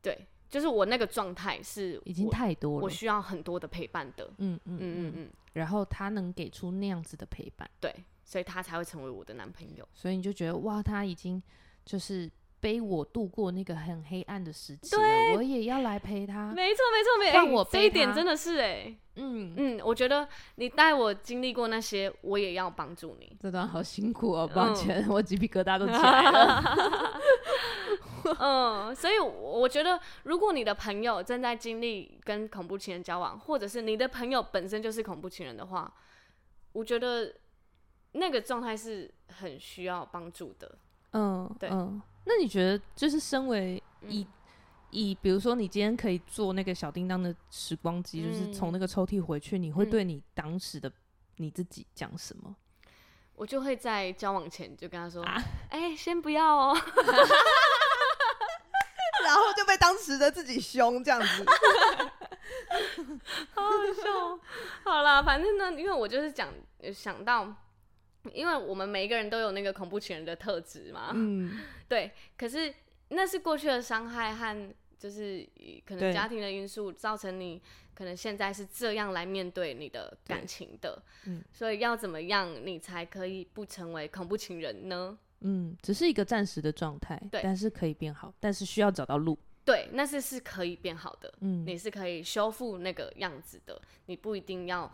S1: 对，就是我那个状态是
S2: 已经
S1: 我
S2: 太多
S1: 我
S2: 了。
S1: 需要很多的陪伴的，
S2: 嗯嗯
S1: 嗯嗯嗯，
S2: 然后他能给出那样子的陪伴，
S1: 对，所以他才会成为我的男朋友。
S2: 所以你就觉得哇，他已经就是背我度过那个很黑暗的时期
S1: 对
S2: 了，我也要来陪他。
S1: 没错没错没错，
S2: 啊换
S1: 哎
S2: 我
S1: 这
S2: 背
S1: 一点
S2: 他
S1: 真的是哎、
S2: 嗯，
S1: 嗯，我觉得你带我经历过那些，我也要帮助你。
S2: 这段好辛苦哦，
S1: 嗯
S2: 抱歉，我鸡皮疙瘩 [laughs] 都起来了。
S1: [laughs] 嗯，所以我我觉得，如果你的朋友正在经历跟恐怖情人交往，或者是你的朋友本身就是恐怖情人的话，我觉得那个状态是很需要帮助的。
S2: 嗯，
S1: 对
S2: 嗯，那你觉得就是身为以、
S3: 嗯
S2: 以，比如说你今天可以坐那个小叮当的时光机，就是
S3: 嗯
S2: 从那个抽屉回去，你会
S1: 嗯
S2: 对你当时的你自己讲什么？
S1: 我就会在交往前就跟他说：“哎、
S2: 啊
S1: 先不要哦。
S3: [laughs] 然后就被当时的自己凶这样子。
S1: 哦 [laughs] 好啦，反正呢，因为我就是讲呃想到，因为我们每一个人都有那个恐怖情人的特质嘛，
S2: 嗯，
S1: [laughs] 对，可是那是过去的伤害和就是呃可能
S2: 对
S1: 家庭的因素造成你可能现在是这样来面对你的感情的，
S2: 嗯
S1: 所以要怎么样你才可以不成为恐怖情人呢？
S2: 嗯，只是一个暂时的状态，
S1: 对
S2: 但是可以变好，但是需要找到路。
S1: 对，那是是可以变好的，
S2: 嗯，
S1: 你是可以修复那个样子的，你不一定要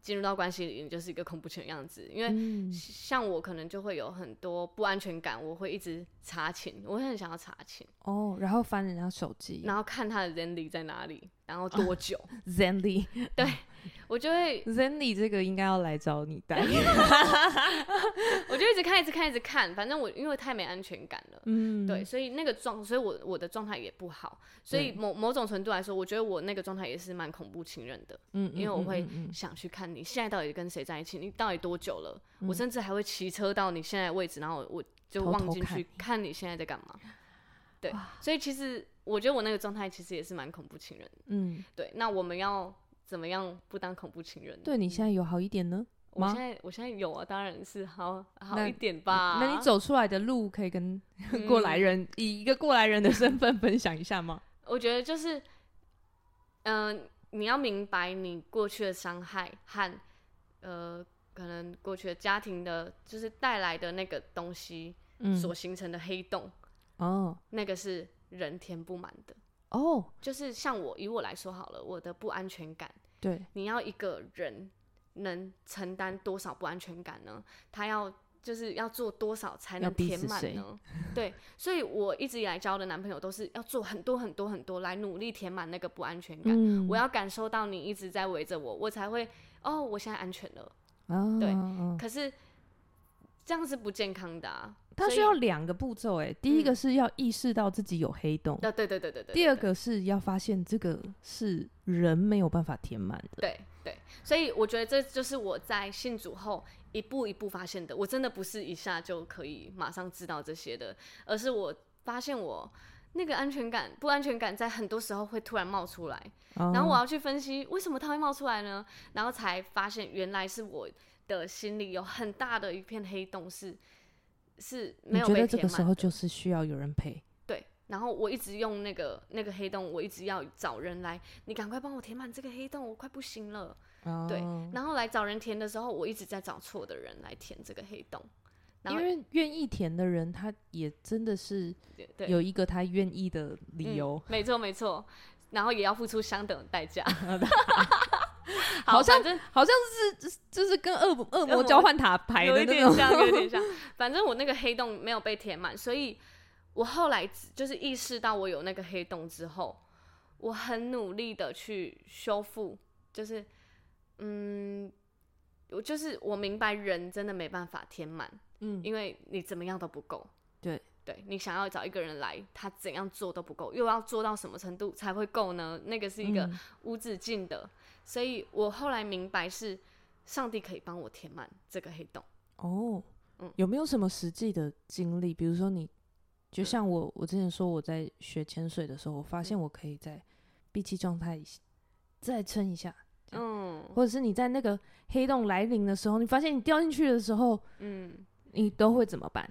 S1: 进入到关系里你就是一个恐怖情人样子，因为
S2: 嗯
S1: 像我可能就会有很多不安全感，我会一直查寝，我会很想要查寝，
S2: 哦，然后翻人家手机
S1: 然后看他的人力在哪里，然后
S2: 哦
S1: 多久，
S2: ，Zenly [laughs]
S1: 我就会
S2: Zenly 这个应该要来找你
S3: [laughs]
S2: 代言。
S1: 我就一直看，一直看，一直看，反正我因为太没安全感了。
S3: [laughs]
S2: 嗯，
S1: 对，，所以那个状，所以我我的状态也不好，所以
S2: 对
S1: 某某种程度来说，我觉得我那个状态也是蛮恐怖情人的，
S2: 嗯，
S1: 因为我会
S2: 嗯嗯嗯
S1: 想去看你现在到底跟谁在一起，你到底多久了，我
S2: 嗯
S1: 甚至还会骑车到你现在的位置，然后我就
S2: 偷
S1: 望
S2: 偷
S1: 进
S2: 看
S1: 去
S2: 你
S1: 看你现在在干嘛。对
S2: 哇，
S1: 所以其实我觉得我那个状态其实也是蛮恐怖情人的。
S2: 嗯，嗯
S1: 对，那我们要怎么样不当恐怖情人呢？
S3: 嗯
S2: 对你现在有好一点呢？
S1: 我
S2: 吗
S1: 现在我现在有啊，当然是好好
S2: 那
S1: 一点
S3: 啊
S1: 吧。
S2: 那你走出来的路可以跟
S1: [laughs]
S2: 过来人、以一个过来人的身份分享一下吗？
S1: 我觉得就是，嗯、你要明白你过去的伤害和呃，可能过去的家庭的，就是带来的那个东西
S2: 嗯
S1: 所形成的黑洞，
S2: 哦
S1: 那个是人填不满的。
S2: 哦，
S1: 就是像我以我来说好了，我的不安全感，
S2: 对，
S1: 你要一个人能承担多少不安全感呢？他要就是要做多少才
S2: 要
S1: 能
S2: 逼
S1: 填
S2: 死
S1: 满
S2: 谁
S1: 呢？ [laughs] 对，所以我一直以来交的男朋友都是要做很多很多很多来努力填满那个不安全感。
S2: 嗯
S1: 我要感受到你一直在围着我，我才会哦，我现在安全了。
S2: 啊，
S1: 对
S2: 嗯
S1: 可是这样是不健康的啊！
S2: 它
S1: 所
S2: 需
S1: 以
S2: 要两个步骤哎，第一
S1: 嗯
S2: 个是要意识到自己有黑洞，
S1: 呃对对对对对对。
S2: 第二
S1: 对
S2: 个是要发现这个是人没有办法填满的。
S1: 对对，所以我觉得这就是我在信主后一步一步发现的。我真的不是一下就可以马上知道这些的，而是我发现我那个安全感、不安全感在很多时候会突然冒出来，
S2: 然
S1: 然后我要去分析为什么它会冒出来呢？然后才发现原来是我的心里有很大的一片黑洞是，是没
S2: 你
S1: 有
S2: 觉
S1: 被
S2: 得这
S1: 填
S2: 个时
S1: 满
S2: 候
S1: 的。
S2: 就是需要有人陪，
S1: 对，然后我一直用那个那个黑洞，我一直要找人来，你赶快帮我填满这个黑洞，我快不行了。对
S2: 哦
S1: 然后来找人填的时候，我一直在找错的人来填这个黑洞。然
S2: 因
S1: 后
S2: 为愿意填的人，他也真的是
S1: 对，嗯
S2: 有一个他愿意的理由，
S1: 没错没错，然后也要付出相等的代
S2: [laughs]
S1: 价。
S2: 好像
S1: 反正
S2: 好像是就是跟恶魔恶
S1: 恶
S2: 魔
S1: 魔
S2: 交换塔牌
S1: 有
S2: 的
S1: 一
S2: 那
S1: 点
S2: 种。
S1: 像，有一点
S2: [laughs]
S1: 像。反正我那个黑洞没有被填满，所以我后来只就是意识到我有那个黑洞之后，我很努力的去修复，就是嗯，我就是我明白人真的没办法填满，
S2: 嗯，
S1: 因为你怎么样都不够。
S2: 对。
S1: 对你想要找一个人来，他怎样做都不够，又要做到什么程度才会够呢？那个是一个
S2: 嗯
S1: 无止境的，所以我后来明白是上帝可以帮我填满这个黑洞。
S2: 哦
S1: 嗯，
S2: 有没有什么实际的经历？比如说你，就像我，我之前说我在学潜水的时候，我发
S1: 嗯
S2: 现我可以在闭气状态再撑一下，这
S1: 嗯
S2: 或者是你在那个黑洞来临的时候，你发现你掉进去的时候，
S1: 嗯，
S2: 你都会怎么办？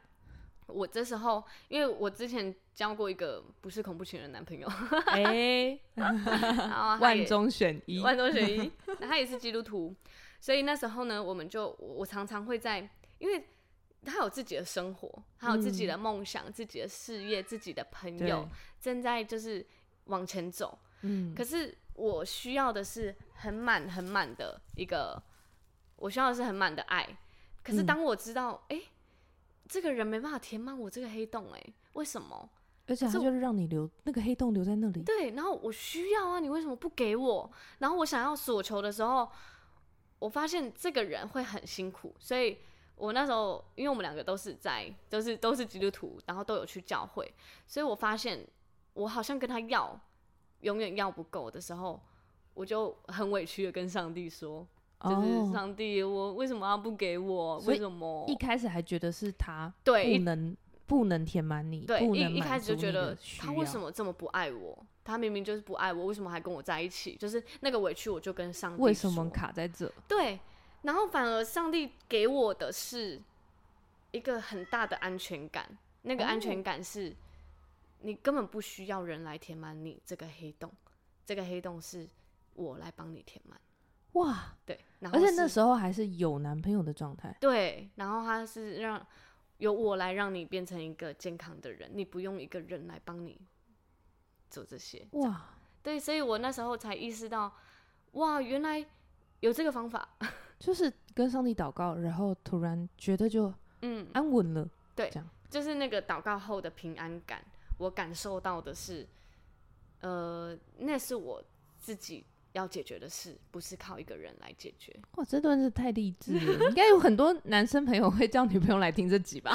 S1: [laughs] 我这时候因为我之前交过一个不是恐怖情人男朋友， [laughs]
S2: 哎、
S1: 然后他
S2: 万
S1: 啊也
S2: 中选一，
S1: 万中选
S2: [laughs]
S1: 一，那他也是基督徒，所以那时候呢，我们就我我常常会在，因为他有自己的生活，他有自己的梦想、自己的事业、自己的朋友
S2: 嗯对，
S1: 正在就是往前走。
S2: 嗯，
S1: 可是我需要的是很满很满的一个，我需要的是很满的爱。可是
S2: 嗯
S1: 当我知道，哎、这个人没办法填满我这个黑洞、哎，为什么？
S2: 而且
S1: 可
S2: 它
S1: 是我
S2: 就是让你留那个黑洞留在那里，
S1: 对，然后我需要啊，你为什么不给我？然后我想要所求的时候，我发现这个人会很辛苦，所以我那时候因为我们两个都是在，都是都是基督徒，然后都有去教会，所以我发现我好像跟他要永远要不够的时候，我就很委屈的跟上帝说，就是
S2: 哦，
S1: 上帝，我为什么要不给我？
S2: 所
S1: 为
S2: 以
S1: 什么？
S2: 一开始还觉得是他
S1: 对，
S2: 不
S1: 一
S2: 能不能填满你，
S1: 对，
S2: 不能
S1: 一一
S2: 满
S1: 开始就
S2: 足
S1: 觉
S2: 你的
S1: 得
S2: 需
S1: 他为
S2: 要
S1: 什么这么不爱我？他明明就是不爱我，为什么还跟我在一起？就是那个委屈，我就跟上帝
S2: 为什么
S1: 说
S2: 卡在这？
S1: 对，然后反而上帝给我的是一个很大的安全感，那个安全
S2: 哦
S1: 感是、你根本不需要人来填满你这个黑洞，这个黑洞是我来帮你填满。
S2: 哇！
S1: 对，然后
S2: 而且那
S1: 是
S2: 时候还是有男朋友的状态，
S1: 对，然后他是让由我来让你变成一个健康的人，你不用一个人来帮你做这些。
S2: 哇！
S1: 对，所以我那时候才意识到，哇，原来有这个方法。
S2: 就是跟上帝祷告，然后突然觉得就
S1: 嗯，
S2: 安稳了。
S1: 就是那个祷告后的平安感，我感受到的是，呃，那是我自己要解决的事，不是靠一个人来解决。
S2: 哇，这段是太励
S1: [laughs]
S2: 志了，应该有很多男生朋友会叫女朋友来听这集吧？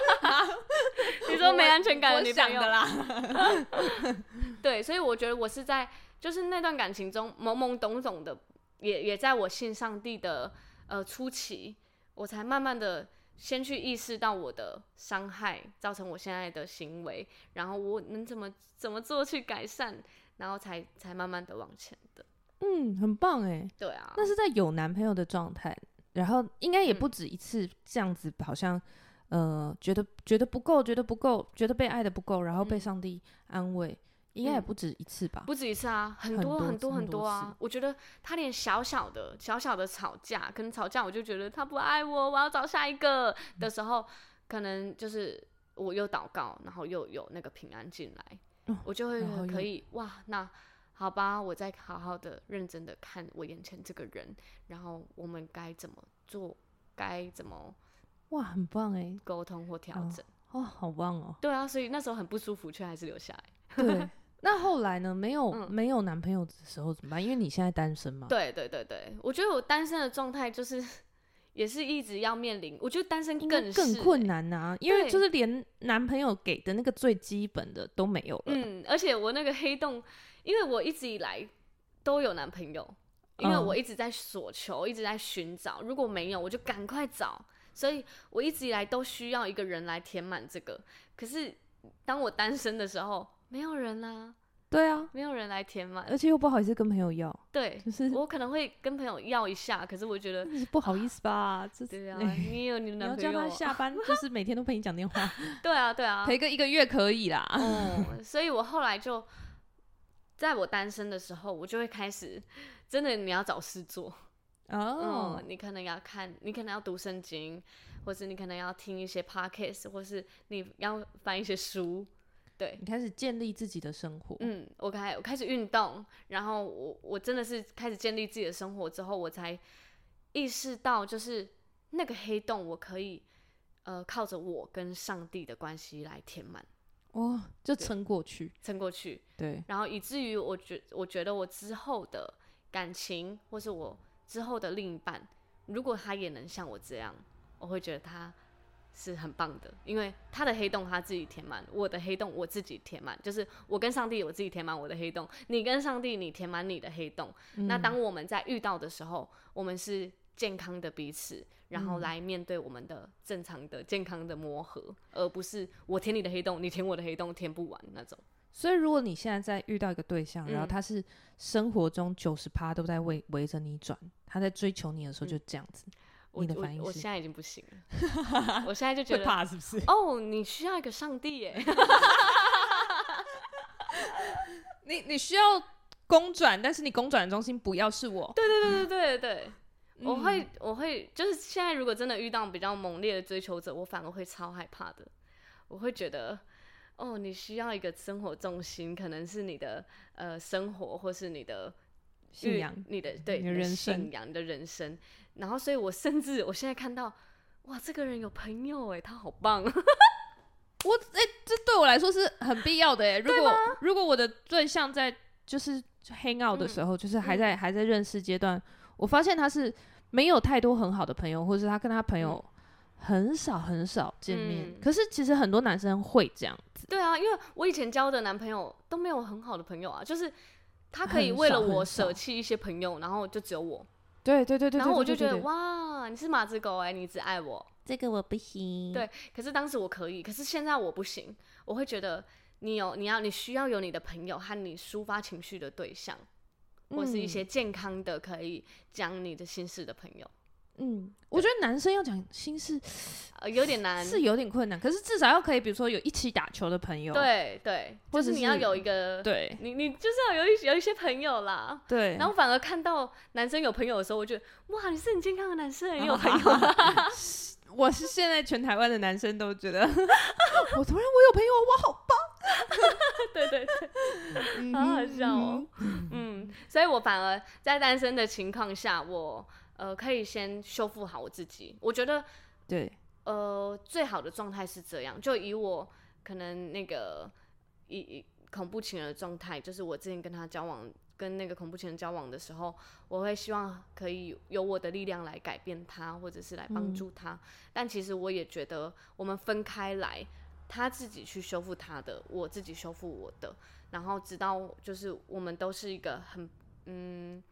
S1: [laughs] 你说没安全感的女朋友
S2: 我想的啦。
S1: [laughs] 对，所以我觉得我是在就是那段感情中懵懵懂懂的，也也在我信上帝的呃初期，我才慢慢的先去意识到我的伤害造成我现在的行为，然后我能怎么怎么做去改善，然后才才慢慢的往前的。
S2: 嗯，很棒哎。
S1: 对啊，
S2: 那是在有男朋友的状态，然后应该也
S1: 嗯
S2: 不止一次这样子，好像呃，觉得觉得不够，觉得不够，觉得被爱的不够，然后被
S1: 嗯
S2: 上帝安慰，应该也
S1: 嗯
S2: 不止一次吧？
S1: 不止一次啊，很
S2: 很
S1: 多
S2: 多
S1: 很多
S2: 很
S1: 很
S2: 多
S1: 多啊
S2: 次！
S1: 我觉得他连小小的小小的吵架，可能吵架我就觉得他不爱我，我要找下一个
S2: 嗯
S1: 的时候，可能就是我又祷告，然后又有那个平安进来，
S2: 哦
S1: 我就会
S2: 然后又
S1: 可以哇，那好吧，我再好好的认真的看我眼前这个人，然后我们该怎么做，该怎么
S2: 哇，很棒哎！
S1: 沟通或调
S2: 哦
S1: 整。
S2: 哦，好棒哦。
S1: 对啊，所以那时候很不舒服，却还是留下来。 [laughs]
S2: 对，那后来呢？没有、
S1: 嗯
S2: 没有男朋友的时候怎么办？因为你现在单身嘛。
S1: 对对对对，我觉得我单身的状态就是， [laughs] 也是一直要面临。我觉得单身
S2: 应该
S1: 更
S2: 更
S1: 是
S2: 困
S1: 欸。
S2: 难呐、因为
S1: 对
S2: 就是连男朋友给的那个最基本的都没有了。
S1: 嗯，而且我那个黑洞，因为我一直以来都有男朋友，因为
S2: 嗯
S1: 我一直在索求，一直在寻找。如果没有，我就赶快找。所以我一直以来都需要一个人来填满这个。可是当我单身的时候，没有人啊，
S2: 对啊，
S1: 没有人来填满。
S2: 而且又不好意思跟朋友要，
S1: 对
S2: 呃就是
S1: 我可能会跟朋友要一下，可是我觉得，
S2: 真的是不好意思吧？这
S1: 啊对
S2: [laughs]
S1: 啊，你有你的
S2: 你
S1: 男
S2: 要
S1: 朋
S2: 叫
S1: 友、
S2: 他
S1: 啊，[laughs]
S2: 下班，就是每天都陪你讲电话，
S1: 对啊，对啊，
S3: 陪个一个月可以啦。
S1: 哦， [laughs] 所以我后来就，在我单身的时候，我就会开始，真的你要找事做，
S2: 哦
S1: 嗯，，你可能要看，你可能要读圣经，或是你可能要听一些 podcast，或是你要翻一些书，对，
S2: 你开始建立自己的生活，
S1: 嗯，我开我开始运动，然后我我真的是开始建立自己的生活之后，我才意识到，就是那个黑洞，我可以呃靠着我跟上帝的关系来填满
S2: 哇，就撑过去，
S1: 撑过去，
S2: 对，
S1: 然后以至于我觉我觉得我之后的感情，或是我之后的另一半，如果他也能像我这样，我会觉得他是很棒的，因为他的黑洞他自己填满，我的黑洞我自己填满，就是我跟上帝我自己填满我的黑洞，你跟上帝你填满你的黑洞。那
S2: 嗯
S1: 当我们在遇到的时候，我们是。健康的彼此，然后来面对我们的正常的、健康的磨合，而不是我填你的黑洞，你填我的黑洞，填不完那种。
S2: 所以如果你现在在遇到一个对象，然后
S1: 嗯
S2: 他是生活中九十趴都在围围着你转，他在追求你的时候就这样 [laughs] 子，
S1: 我
S2: 你的
S1: 我
S2: 反应
S1: 我
S2: 是
S1: 现在已经不行了，我现在就觉得
S2: 是不是？
S1: 哦，你需要一个上帝耶，
S2: [laughs]
S1: [laughs]
S2: 你你需要公转，但是你公转的中心不要是我，
S1: 对对对对对对。
S2: 嗯
S1: 我会，我会，就是现在，如果真的遇到比较猛烈的追求者，我反而会超害怕的。我会觉得，哦，你需要一个生活重心，可能是你的呃生活，或是你的
S2: 信
S1: 欲
S2: 仰，
S1: 你的对
S2: 你的人生
S1: 信仰、你的人生。然后，所以我甚至我现在看到，哇，这个人有朋友哎，他好棒，
S2: 我哎、这对我来说是很必要的哎、如果如果我的对象在就是就 hang out 的时候，就是还在、还在认识阶段，我发现他是没有太多很好的朋友，或者是他跟他朋友很少很少见面。
S1: 嗯
S2: 可是其实很多男生会这样子，
S1: 对啊，因为我以前交的男朋友都没有很好的朋友啊，就是他可以
S2: 很
S1: 为了
S2: 少很
S1: 我
S2: 少
S1: 舍弃一些朋友，然后就只有我，
S2: 对对对对
S1: 然后我就觉得
S2: 对对
S1: 哇，你是马子狗哎、你只爱我。
S2: 这个我不行，
S1: 对可是当时我可以，可是现在我不行，我会觉得你有你要你需要有你的朋友和你抒发情绪的对象，或是一些健康的可以讲你的心事的朋友，
S2: 嗯，我觉得男生要讲心事
S1: 呃，有点难。
S2: 是有点困难，可是至少要可以，比如说有一起打球的朋友，
S1: 对对，
S2: 或
S1: 就
S2: 者
S1: 是你要
S2: 是
S1: 有一个，
S2: 对
S1: 你你就是要有一有一些朋友啦。
S2: 对，
S1: 然后反而看到男生有朋友的时候，我觉得哇，你是很健康的男生，你 [laughs] 有朋友，啊
S2: 我是现在全台湾的男生都
S1: [laughs]
S2: 觉得，我突然我有朋友，我好棒，
S1: 对对对，好好笑哦。嗯，所以我反而在单身的情况下，我呃可以先修复好我自己。我觉得
S2: 对，
S1: 呃最好的状态是这样，就以我可能那个以以恐怖情人的状态，就是我之前跟他交往。跟那个恐怖情人交往的时候，我会希望可以有我的力量来改变他，或者是来帮
S2: 嗯
S1: 助他。但其实我也觉得，我们分开来，他自己去修复他的，我自己修复我的，然后直到就是我们都是一个很嗯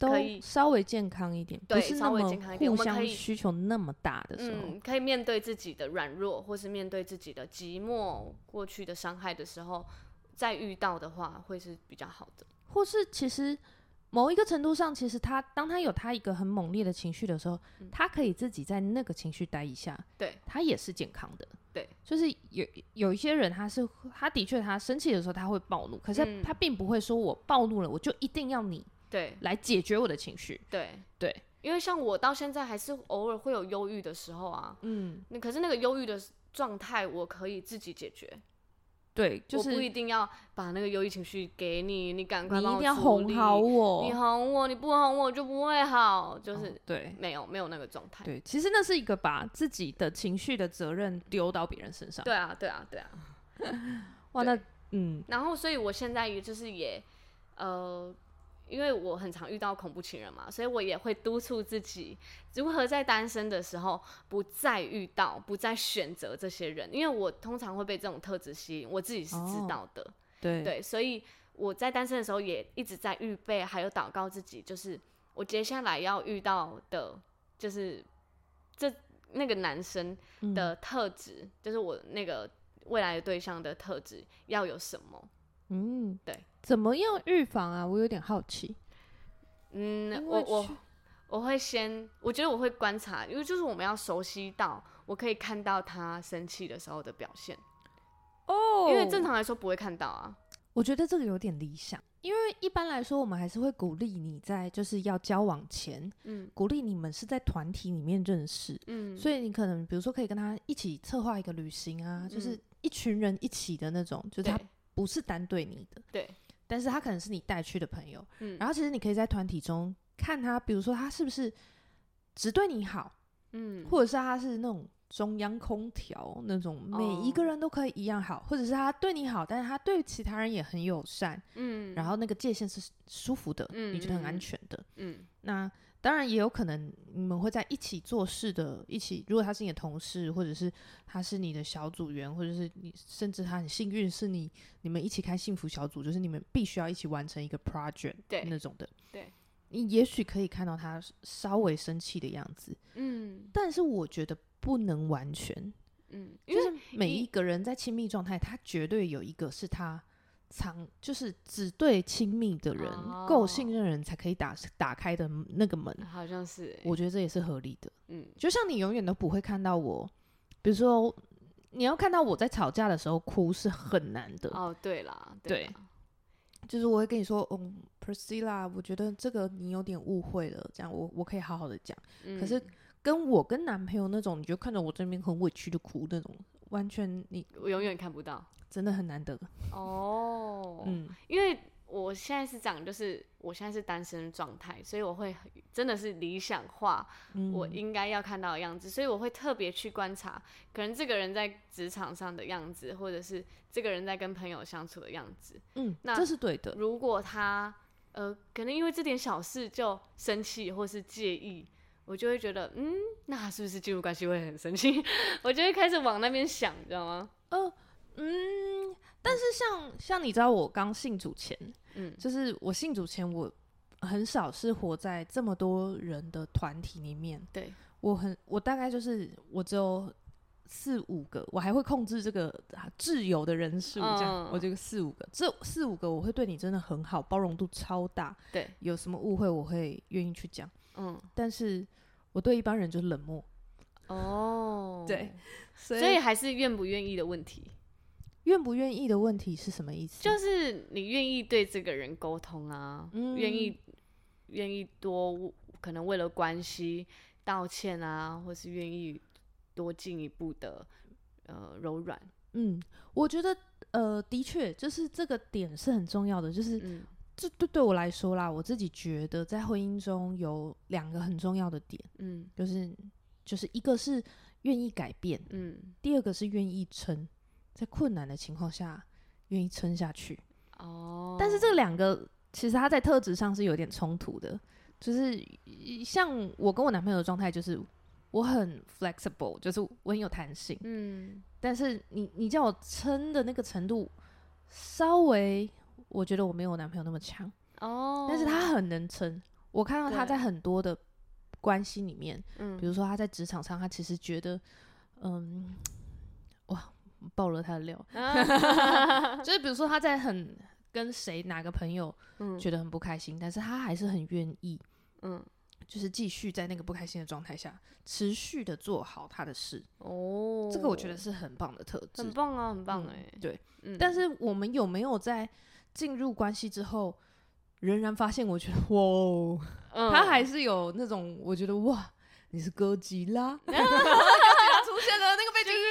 S2: 都
S1: 可以
S2: 稍微健康一点，
S1: 对
S2: 不是那
S1: 稍微
S2: 么
S1: 健康一点
S2: 互
S1: 我们可
S2: 相
S1: 以
S2: 需求那么大的时候，
S1: 嗯可以面对自己的软弱，或是面对自己的寂寞、过去的伤害的时候，再遇到的话会是比较好的。
S2: 或是其实某一个程度上，其实他当他有他一个很猛烈的情绪的时候，他可以自己在那个情绪待一下，
S1: 嗯对，
S2: 他也是健康的。
S1: 对，
S2: 就是有有一些人，他是他的确他生气的时候他会暴怒，可是
S1: 嗯
S2: 他并不会说我暴怒了，我就一定要你
S1: 对
S2: 来解决我的情绪。
S1: 对
S2: 对，
S1: 因为像我到现在还是偶尔会有忧郁的时候啊，
S2: 嗯，
S1: 那可是那个忧郁的状态我可以自己解决，
S2: 对，就是
S1: 我不一定要把那个忧郁情绪给你，你赶快
S2: 你一
S1: 帮
S2: 定
S1: 我
S2: 要
S1: 处
S2: 哄
S1: 理
S2: 好我，
S1: 你哄我，你不哄我就不会好，就是、
S2: 哦对
S1: 没有没有那个状态。
S2: 对，其实那是一个把自己的情绪的责任丢到别人身上。
S1: 对啊，对啊，对啊。
S2: 哇，
S1: 对
S2: 那嗯，
S1: 然后，所以我现在也就是也，呃，因为我很常遇到恐怖情人嘛，所以我也会督促自己如何在单身的时候不再遇到、不再选择这些人，因为我通常会被这种特质吸引，我自己是知
S2: 哦
S1: 道的。
S2: 对
S1: 对，所以我在单身的时候也一直在预备，还有祷告自己，就是我接下来要遇到的，
S2: 嗯
S1: 就是这那个男生的特质，就是我那个未来的对象的特质要有什么？
S2: 嗯，
S1: 对，
S2: 怎么样预防啊？我有点好奇。
S1: 嗯，
S2: 因
S1: 我
S2: 为
S1: 我
S2: 去
S1: 我会先，我觉得我会观察，因为就是我们要熟悉到我可以看到他生气的时候的表现，
S3: 哦，
S1: 因为正常来说不会看到啊。
S2: 我觉得这个有点理想，因为一般来说，我们还是会鼓励你在就是要交往前，
S1: 嗯
S2: 鼓励你们是在团体里面认识，
S1: 嗯，
S2: 所以你可能比如说可以跟他一起策划一个旅行啊，就是
S1: 嗯
S2: 一群人一起的那种，就是
S1: 对
S2: 他不是单对你的，
S1: 对，
S2: 但是他可能是你带去的朋友，
S1: 嗯
S2: 然后其实你可以在团体中看他，比如说他是不是只对你好，
S1: 嗯
S2: 或者是他是那种中央空调那种，每一个
S1: 哦
S2: 人都可以一样好，或者是他对你好，但是他对其他人也很友善，
S1: 嗯，
S2: 然后那个界限是舒服的，
S1: 嗯
S2: 你觉得很
S1: 嗯
S2: 安
S1: 嗯
S2: 全的。
S1: 嗯
S2: 那当然也有可能你们会在一起做事的，一起如果他是你的同事，或者是他是你的小组员，或者是你甚至他很幸运是你你们一起开幸福小组，就是你们必须要一起完成一个 project
S1: 对
S2: 那种的，
S1: 对，
S2: 你也许可以看到他稍微生气的样子，
S1: 嗯
S2: 但是我觉得不能完全，
S1: 嗯，因
S2: 就
S1: 为
S2: 是每一个人在亲密状态，他绝对有一个是他藏，就是只对亲密的人、够
S1: 哦
S2: 信任的人才可以打打开的那个门。
S1: 好像是欸、
S2: 我觉得这也是合理的。
S1: 嗯
S2: 就像你永远都不会看到我，比如说你要看到我在吵架的时候哭是很难的。
S1: 哦对啦
S2: 对
S1: 啦
S2: 就是我会跟你说，嗯，Priscilla，我觉得这个你有点误会了，这样我我可以好好的讲。
S1: 嗯、
S2: 可是跟我跟男朋友那种，你就看到我这边很委屈的哭那种，完全你
S1: 我永远看不到
S2: 真的很难得。
S1: 哦，
S2: 嗯，
S1: 因为我现在是这样，就是我现在是单身状态，所以我会很真的是理想化
S2: 嗯
S1: 我应该要看到的样子，所以我会特别去观察，可能这个人在职场上的样子，或者是这个人在跟朋友相处的样子。
S2: 嗯，
S1: 那
S2: 这是对的。
S1: 如果他呃，可能因为这点小事就生气或是介意，我就会觉得，嗯，那他是不是进入关系会很生气？ [laughs] 我就会开始往那边想，你知道吗？
S2: 嗯，但是像像你知道，我刚信主前，
S1: 嗯
S2: 就是我信主前，我很少是活在这么多人的团体里面。
S1: 对，
S2: 我很，我大概就是我只有四五个，我还会控制这个啊挚友的人数，这样、
S1: 嗯
S2: 我这个四五个，这四五个我会对你真的很好，包容度超大，
S1: 对，
S2: 有什么误会我会愿意去讲，
S1: 嗯，
S2: 但是我对一般人就是冷漠，
S1: 哦，
S2: 对，所
S1: 所以还是愿不愿意的问题，
S2: 愿不愿意的问题是什么意思？
S1: 就是你愿意对这个人沟通啊，
S2: 嗯
S1: 愿、意愿意多可能为了关系道歉啊，或是愿意多进一步的呃柔软，
S2: 嗯，我觉得呃，的确，就是这个点是很重要的。就是
S1: 嗯
S2: 这对对我来说啦，我自己觉得在婚姻中有两个很重要的点，
S1: 嗯
S2: 就是就是一个是愿意改变，
S1: 嗯，
S2: 第二个是愿意撑，在困难的情况下愿意撑下去。
S1: 哦，
S2: 但是这两个其实它在特质上是有点冲突的，就是像我跟我男朋友的状态，就是我很 flexible，就是我很有弹性。
S1: 嗯
S2: 但是你你叫我撑的那个程度，稍微我觉得我没有我男朋友那么强，
S1: 哦，
S2: 但是他很能撑。我看到他
S1: 对
S2: 在很多的关系里面，比
S1: 嗯
S2: 如说他在职场上，他其实觉得，嗯，哇，爆了他的
S1: [laughs]
S2: 料，就是比如说他在很跟谁哪个朋友
S1: [laughs]
S2: [laughs]
S1: 嗯
S2: 觉得很不开心，但是他还是很愿意，
S1: 嗯
S2: 就是继续在那个不开心的状态下，持续的做好他的事。
S1: 哦，
S2: 这个我觉得是很棒的特质
S1: 很，棒啊，很棒
S2: 嗯
S1: 哎、
S2: 对。
S1: 嗯，
S2: 但是我们有没有在进入关系之后，仍然发现？我觉得哇哦，
S1: 嗯
S2: [laughs] 他还是有那种我觉得哇，你是哥吉拉，
S3: 他出现了那个背景音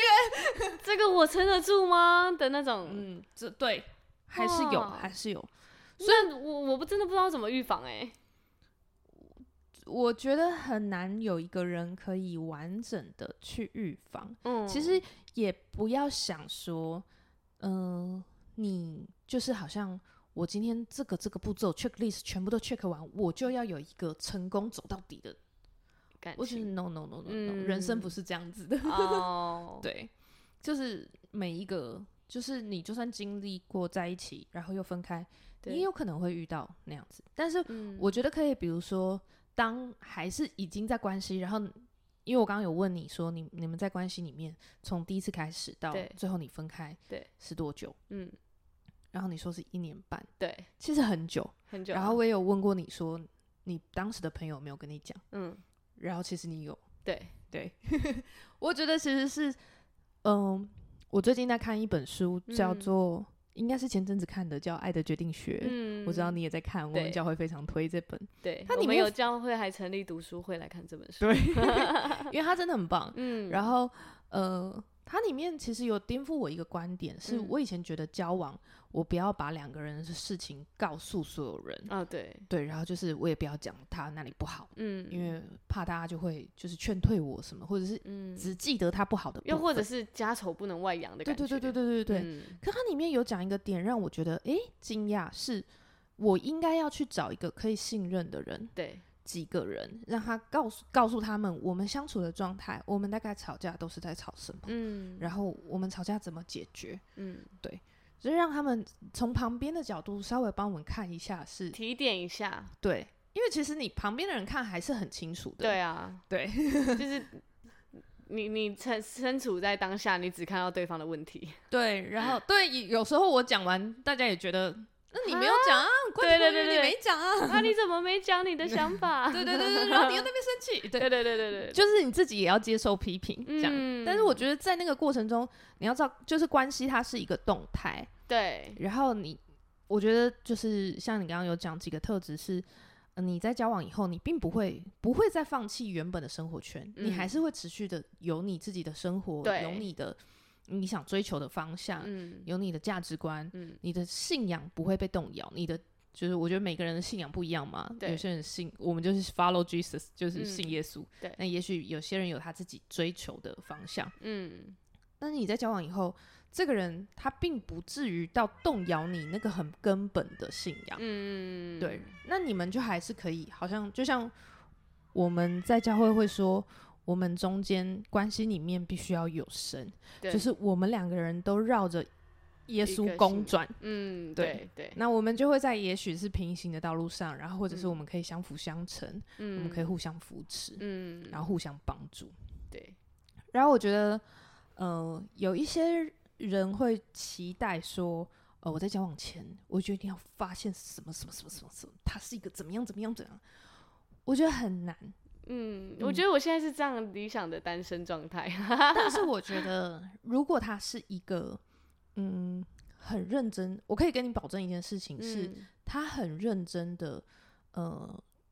S3: 乐，
S1: 这个我撑得住吗的那种，
S2: 嗯，这对还是有，
S1: 哇
S2: 还是有。
S1: 虽然我我不真的不知道怎么预防哎、
S2: 我觉得很难有一个人可以完整的去预防。
S1: 嗯，
S2: 其实也不要想说，嗯、你就是好像我今天这个这个步骤 checklist 全部都 check 完，我就要有一个成功走到底的
S1: 感
S2: 我觉得
S1: 情
S2: no no no no，, no 人生不是这样子的。 [laughs]
S1: 哦，
S2: 对，就是每一个，就是你就算经历过在一起，然后又分开，
S1: 对
S2: 你也有可能会遇到那样子。但是
S1: 嗯
S2: 我觉得可以，比如说，当还是已经在关系，然后因为我刚刚有问你说，你你们在关系里面从第一次开始到
S1: 对
S2: 最后你分开，
S1: 对
S2: 是多久？
S1: 嗯，
S2: 然后你说是一年半，
S1: 对，
S2: 其实很久。
S1: 很久啊。
S2: 然后我也有问过你说，你当时的朋友有没有跟你讲？
S1: 嗯，
S2: 然后其实你有，
S1: 对，
S2: 对， [laughs] 我觉得其实是，嗯，我最近在看一本书，叫
S1: 嗯
S2: 做、应该是前阵子看的，叫《爱的决定学》。
S1: 嗯，
S2: 我知道你也在看，我们
S1: 对
S2: 教会非常推这
S1: [laughs]
S2: 本，
S1: 对，
S2: 它
S1: 我
S2: 里
S1: 们
S2: 面
S1: 有教会还成立读书会来看这本书。
S2: 对因为它真的很棒。
S1: 嗯，
S2: [laughs] 然后，呃，它里面其实有颠覆我一个观点，是
S1: 嗯
S2: 我以前觉得交往，我不要把两个人的事情告诉所有人，
S1: 啊，对，
S2: 对，然后就是我也不要讲他哪里不好，
S1: 嗯，
S2: 因为怕大家就会就是劝退我什么，或者是
S1: 嗯，
S2: 只记得他不好的部分，
S1: 又或者是家丑不能外扬的
S2: 对
S1: 感觉。
S2: 对对对对对对。
S1: 嗯
S2: 可它里面有讲一个点让我觉得诶惊讶，是我应该要去找一个可以信任的人，
S1: 对，
S2: 几个人让他告诉告诉他们我们相处的状态，我们大概吵架都是在吵什么，
S1: 嗯，
S2: 然后我们吵架怎么解决，
S1: 嗯，
S2: 就是让他们从旁边的角度稍微帮我们看一下是，
S1: 提点一下，
S2: 对，因为其实你旁边的人看还是很清楚的，
S1: 对啊，
S2: 对， [laughs]
S1: 就是你你身身处在当下，你只看到对方的问题。 [laughs]
S2: 对，然后对，有有时候我讲完，大家也觉得那你没有讲啊，关
S1: 对
S2: 键
S1: 对对
S2: 你
S1: 对
S2: 没讲 [laughs] 啊，
S1: 啊，你怎么没讲你的想法？
S2: [laughs] 对对对对，然后你又在那边生气，对
S1: 对，对对对对，
S2: 就是你自己也要接受批评这样。
S1: 嗯
S2: 但是我觉得在那个过程中，你要知道，就是关系它是一个动态， [laughs]
S1: 对，
S2: 然后你，我觉得就是像你刚刚有讲几个特质是。呃你在交往以后，你并不会不会再放弃原本的生活圈，你
S1: 嗯
S2: 还是会持续的有你自己的生活，
S1: 对
S2: 有你的你想追求的方向，
S1: 嗯
S2: 有你的价值观， [laughs]
S1: 嗯
S2: 你的信仰不会被动摇，你的就是我觉得每个人的信仰不一样嘛，
S1: 对
S2: 有些人信我们就是 follow Jesus，就是
S1: 嗯
S2: 信耶稣，
S1: 对
S2: 那也许有些人有他自己追求的方向，
S1: 嗯，
S2: 但是你在交往以后，这个人他并不至于到动摇你那个很根本的信仰，
S1: 嗯，
S2: 对，那你们就还是可以，好像就像我们在教会会说。我们中间关系里面必须要有神，
S1: 对，
S2: 就是我们两个人都绕着耶
S1: 一个
S2: 稣
S1: 信
S2: 公
S1: 仰
S2: 转，
S1: 嗯，
S2: 对
S1: 对对，
S2: 那我们就会在也许是平行的道路上，然后或者是
S1: 嗯
S2: 我们可以相辅相成，
S1: 嗯，
S2: 我们可以，互相扶持，
S1: 嗯，
S2: 然后互相帮助。
S1: 对，
S2: 然后我觉得，呃，有一些人会期待说，呃，我在交往前，我就一定要发现什么什么什么什么什么，他是一个怎么样怎么样怎样。我觉得很难，
S1: 嗯，我
S2: 嗯
S1: 觉得我现在是这样理想的单身状态。啊
S2: 但是我觉得，如果他是一个，嗯，很认真，我可以跟你保证一件事情是，
S1: 嗯
S2: 他很认真的呃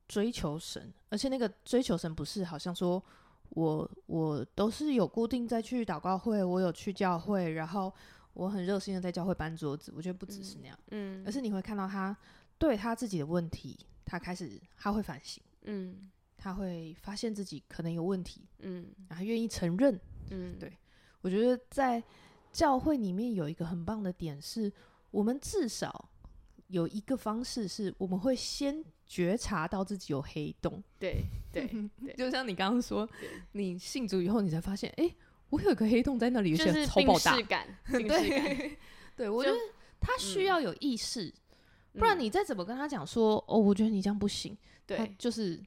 S2: 追求神，而且那个追求神不是好像说我我都是有固定在去祷告会，我有去教会，然后我很热心的在教会搬桌子，我觉得不只是那样，
S1: 嗯，
S2: 而是你会看到他对他自己的问题，他开始他会反省，
S1: 嗯
S2: 他会发现自己可能有问题，
S1: 嗯
S2: 然后愿意承认。
S1: 嗯，
S2: 对我觉得在教会里面有一个很棒的点是，我们至少有一个方式是，我们会先觉察到自己有黑洞。
S1: 对
S2: [laughs]
S1: 对，对
S2: 就像你刚刚说
S1: 对，
S2: 你信主以后，你才发现，哎、我有一个黑洞在那里，而
S1: 就
S2: 且
S1: 是
S2: 超
S1: 病
S2: 爆大
S1: 视。感，
S2: [laughs]
S1: 病视感，
S2: 对，对我觉
S1: 就
S2: 得他需
S1: 嗯
S2: 要有意识，不然
S1: 嗯
S2: 你再怎么跟他讲说，哦，我觉得你这样不行，他
S1: 对，
S2: 就是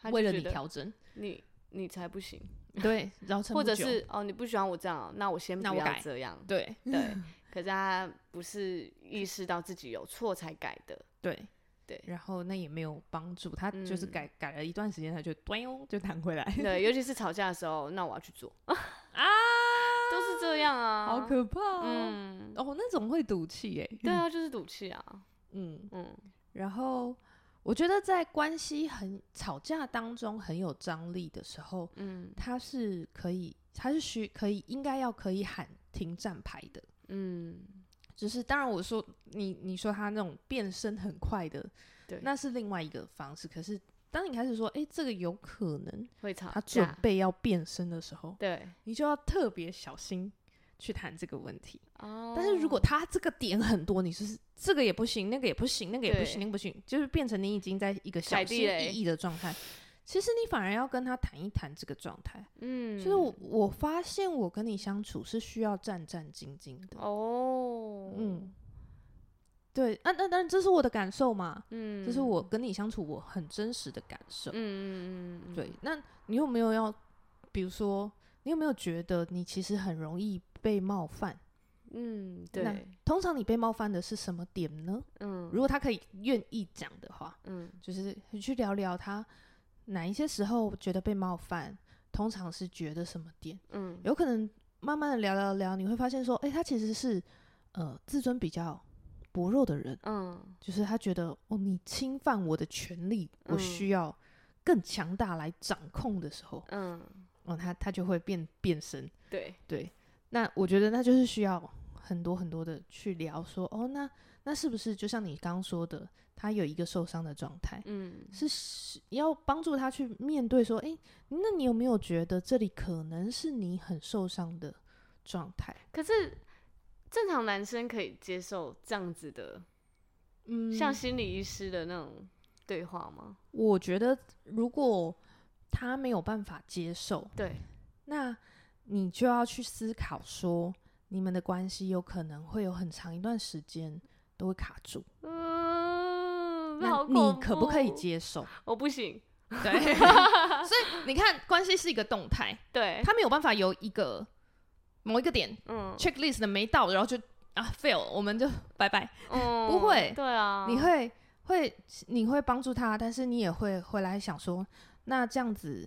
S1: 他就
S2: 为了
S1: 觉
S2: 你
S1: 得
S2: 调整，
S1: 你你才不行， [laughs]
S2: 对，然后撑
S1: 或
S2: 不
S1: 者
S2: 久
S1: 是哦你不喜欢我这样哦，那我先
S2: 那
S1: 不
S2: 我
S1: 要
S2: 改
S1: 这
S2: [laughs]
S1: 样。
S2: 对
S1: 对，可是他不是意识到自己有错才改的。
S2: 对
S1: 对
S2: 然后那也没有帮助，他就是
S1: 嗯
S2: 改、改了一段时间，他就端哟就弹回来，
S1: [laughs] 对，尤其是吵架的时候，那我要去做 [laughs] 啊，都是这样啊，
S2: 好可怕哦、
S1: 嗯，
S2: 哦，那种会赌气哎，
S1: 对啊，就是赌气啊，
S2: 嗯，
S1: 嗯
S2: 然后我觉得在关系很吵架当中很有张力的时候，
S1: 嗯
S2: 他是可以，他是需可以应该要可以喊停战牌的，
S1: 嗯，
S2: 就是当然我说你你说他那种变身很快的，
S1: 对
S2: 那是另外一个方式，可是。当你开始说，哎、这个有可能
S1: 会吵
S2: 他准
S1: 架，
S2: 备要变身的时候，
S1: 对，
S2: 你就要特别小心去谈这个问题。
S1: 哦，
S2: 但是如果他这个点很多，你就是这个也不行，那个也不行，那个也不行，
S1: 对
S2: 那个不行，就是变成你已经在一个小
S1: 踩
S2: 心
S1: 地雷
S2: 翼翼的状态。其实你反而要跟他谈一谈这个状态。
S1: 嗯，
S2: 就是我我发现我跟你相处是需要战战兢兢的。
S1: 哦，
S2: 嗯，对，啊，那当然这是我的感受嘛，
S1: 嗯，
S2: 这是我跟你相处我很真实的感受。
S1: 嗯嗯嗯嗯，嗯
S2: 对，，那你有没有要比如说，你有没有觉得你其实很容易被冒犯？
S1: 嗯，
S2: 那
S1: 对，
S2: 通常你被冒犯的是什么点呢？
S1: 嗯
S2: 如果他可以愿意讲的话，
S1: 嗯
S2: 就是你去聊聊他哪一些时候觉得被冒犯，通常是觉得什么点？
S1: 嗯，
S2: 有可能慢慢的聊聊聊，你会发现说，哎、他其实是呃自尊比较薄弱的人，
S1: 嗯
S2: 就是他觉得哦，你侵犯我的权利，我
S1: 嗯
S2: 需要更强大来掌控的时候，
S1: 嗯，
S2: 哦，他他就会变变身。
S1: [laughs] 对，
S2: 对，那我觉得那就是需要很多很多的去聊说，哦，那那是不是就像你刚刚说的，他有一个受伤的状态，
S1: 嗯
S2: 是是要帮助他去面对说，诶，那你有没有觉得这里可能是你很受伤的状态？
S1: 可是正常男生可以接受这样子的，
S2: 嗯
S1: 像心理医师的那种对话吗？
S2: 我觉得如果他没有办法接受，
S1: 对，
S2: 那你就要去思考说，你们的关系有可能会有很长一段时间都会卡住，
S1: 嗯，
S2: 那
S1: 好
S2: 你
S1: 恐
S2: 可不可以
S1: 怖？哦
S2: 接受？
S1: 我不行，
S2: 对， [laughs] 所以你看，关系是一个动态，
S1: 对，
S2: 他没有办法由一个某一个点
S1: 哎嗯
S2: checklist 的没到，然后就啊 fail，我们就 [laughs] 拜拜。
S1: 嗯，
S2: 不会
S1: 对啊，
S2: 你会会你会帮助他，但是你也会回来想说，那这样子，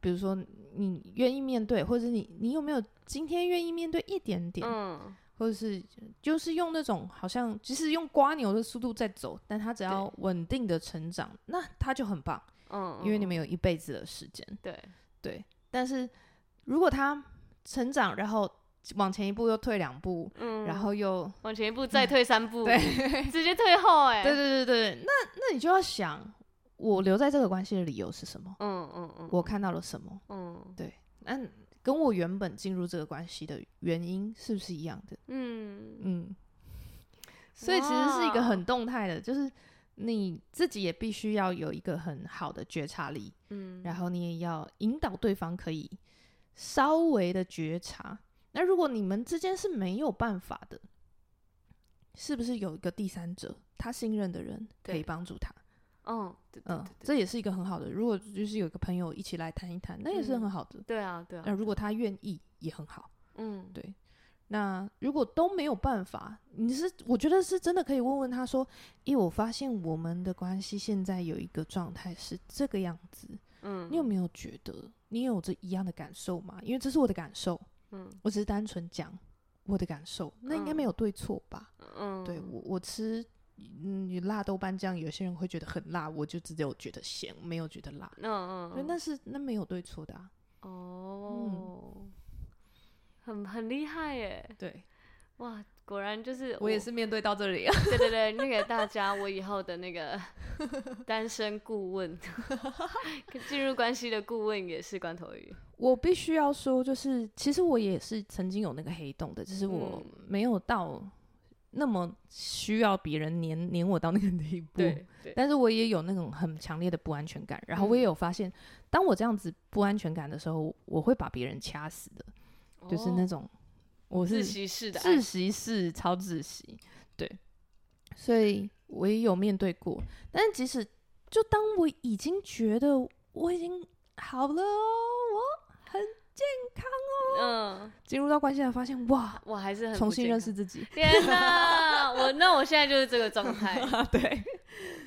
S2: 比如说你愿意面对，或者你你有没有今天愿意面对一点点，
S1: 嗯，
S2: 或者是就是用那种好像其实用瓜牛的速度在走，但他只要稳定的成长，那他就很棒，
S1: 嗯，
S2: 因为你
S1: 嗯
S2: 们有一辈子的时间。
S1: 对，
S2: 对，但是如果他成长，然后往前一步又退两步，
S1: 嗯，
S2: 然后又
S1: 往前一步再退三步，
S2: 对，
S1: 直接退
S2: [laughs]
S1: 后，哎，
S2: 对对对对，那那你就要想，我留在这个关系的理由是什么？
S1: 嗯嗯嗯，
S2: 我看到了什么？
S1: 嗯
S2: 那跟我原本进入这个关系的原因是不是一样的？
S1: 嗯
S2: 嗯，所以其实是一个
S1: 哇
S2: 很动态的，就是你自己也必须要有一个很好的觉察力，
S1: 嗯，
S2: 然后你也要引导对方可以稍微的觉察。那如果你们之间是没有办法的，是不是有一个第三者，他信任的人可以
S1: 对
S2: 帮助他？
S1: 嗯，对对
S2: 嗯
S1: 对，对，
S2: 这也是一个很好的。如果就是有一个朋友一起来谈一谈，那也是很
S1: 嗯
S2: 好的。
S1: 对啊对
S2: 那
S1: 啊，
S2: 如果他愿意，也很好。
S1: 嗯
S2: 对，那如果都没有办法，你是我觉得是真的可以问问他说：“咦，我发现我们的关系现在有一个状态是这个样子，
S1: 嗯，
S2: 你有没有觉得你有这一样的感受吗？因为这是我的感受，
S1: 嗯
S2: 我只是单纯讲我的感受，那应该
S1: 嗯
S2: 没有对错吧？
S1: 嗯，
S2: 对我我吃嗯辣豆瓣酱，有些人会觉得很辣，我就只有觉得咸，没有觉得辣。
S1: 嗯
S2: 对，
S1: 嗯，
S2: 那是那没有对错的、啊，嗯
S1: 哦，很很厉害耶，
S2: 对
S1: 哇，果然就是
S2: 我也是面对到这
S1: [laughs]
S2: 里啊，
S1: 对对对，那个大家，我以后的那
S2: [laughs]
S1: 个单身顾问，进入关系的顾问也是关头鱼。
S2: 我必须要说，就是其实我也是曾经有那个黑洞的，只是我
S1: 嗯
S2: 没有到那么需要别人黏黏我到那个地步，
S1: 对对，
S2: 但是我也有那种很强烈的不安全感，然后我也有发现，当我这样子不安全感的时候，我会把别人掐死的，就是那
S1: 哦
S2: 种我
S1: 自
S2: 是
S1: 习室的爱
S2: 窒息是超窒息，对，所以我也有面对过。但是即使就当我已经觉得我已经好了哦，我很健康，
S1: 嗯，
S2: 进入到关系才发现哇，
S1: 我还是很
S2: 重
S1: 不
S2: 新
S1: 健
S2: 认
S1: 康
S2: 识。自己。
S1: 天哪，我那我现在就是这个状态。
S2: [laughs] 对，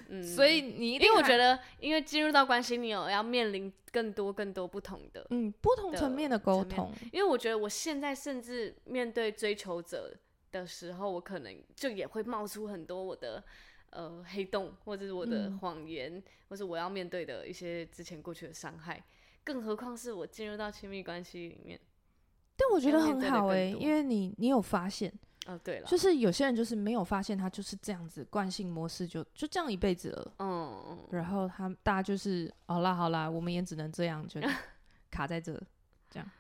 S1: 嗯，
S2: 所以你一
S1: 因
S2: 定
S1: 为我
S2: 还
S1: 觉得，因为进入到关系，你有要面临更多更多不同的。
S2: 嗯，不同层面的沟
S1: 层面
S2: 通，
S1: 因为我觉得我现在甚至面对追求者的时候，我可能就也会冒出很多我的呃黑洞，或者是我的
S2: 嗯
S1: 谎言，或是我要面对的一些之前过去的伤害。更何况是我进入到亲密关系里面。
S2: 但我觉
S1: 要
S2: 得
S1: 面
S2: 很
S1: 对的
S2: 好
S1: 更
S2: 诶、
S1: 多
S2: 因为你你有发现，
S1: 哦，对了，
S2: 就是有些人就是没有发现他就是这样子惯性模式就就这样一辈子了，
S1: 嗯，嗯
S2: 然后他们大家就是好啦好啦，我们也只能这
S1: [laughs]
S2: 样，就卡在这这样，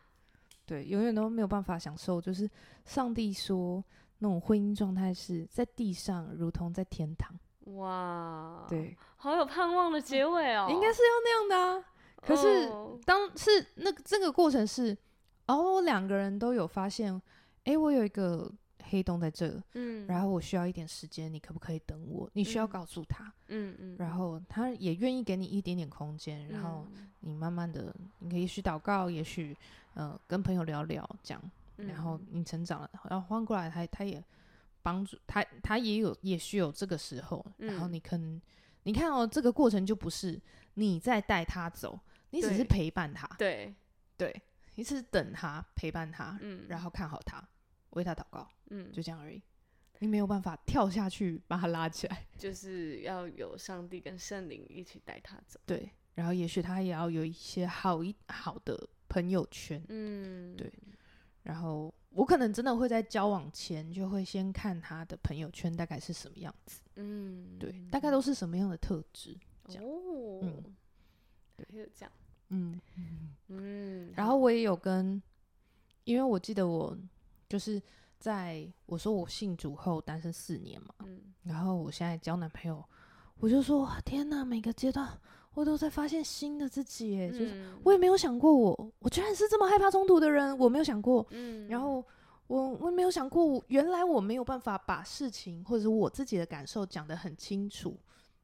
S2: 对，永远都没有办法享受。就是上帝说那种婚姻状态是在地上如同在天堂，
S1: 哇，，
S2: 对，嗯
S1: 好有盼望的结尾哦，
S2: 应该是要那样的啊。可是
S1: 哦
S2: 当是那个这个过程是哦，两个人都有发现，诶，我有一个黑洞在这，
S1: 嗯
S2: 然后我需要一点时间，你可不可以等我？你需要
S1: 嗯
S2: 告诉他，
S1: 嗯嗯，
S2: 然后他也愿意给你一点点空间，然后
S1: 嗯
S2: 你慢慢的，你可以也许祷告，也许呃跟朋友聊聊这样，
S1: 嗯
S2: 然后你成长了，然后换过来他他也帮助他，他也有也许有这个时候，然后
S1: 嗯
S2: 你可能你看哦，这个过程就不是你在带他走，你只是
S1: 对
S2: 陪伴他，
S1: 对，
S2: 对，你只是等他陪伴他，
S1: 嗯，
S2: 然后看好他，为他祷告，
S1: 嗯，
S2: 就这样而已。你没有办法跳下去把他拉
S1: [laughs]
S2: 起来，
S1: 就是要有上帝跟圣灵一起带他走，
S2: 对，然后也许他也要有一些好一好的朋友圈，
S1: 嗯，
S2: 对然后我可能真的会在交往前就会先看他的朋友圈大概是什么样子，
S1: 嗯，
S2: 对，大概都是什么样的特质，这样
S1: 哦，
S2: 嗯
S1: 还有这样，
S2: 嗯，
S1: 嗯，
S2: 然后我也有跟，因为我记得我就是在我说我信主后单身四年嘛，
S1: 嗯，
S2: 然后我现在交男朋友，我就说天哪，每个阶段我都在发现新的自己耶，就是
S1: 嗯
S2: 我也没有想过我，我居然是这么害怕冲突的人，我没有想过，
S1: 嗯，
S2: 然后我我没有想过我，原来我没有办法把事情或者是我自己的感受讲得很清楚，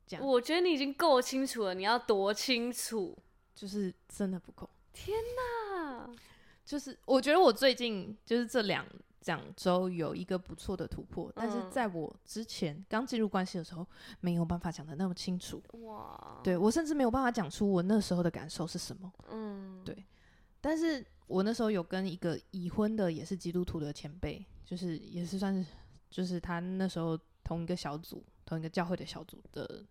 S2: 这样
S1: 我觉得你已经够清楚了，你要多清楚
S2: 就是真的不够。
S1: 啊！
S2: 就是我觉得我最近就是这两两周有一个不错的突破，但是
S1: 嗯
S2: 在我之前刚进入关系的时候，没有办法讲得那么清楚。
S1: 哦哇，，
S2: 对我甚至没有办法讲出我那时候的感受是什么。
S1: 嗯，
S2: 对但是我那时候有跟一个已婚的也是基督徒的前辈，就是也是算是就是他那时候同一个小组、同一个教会的小组的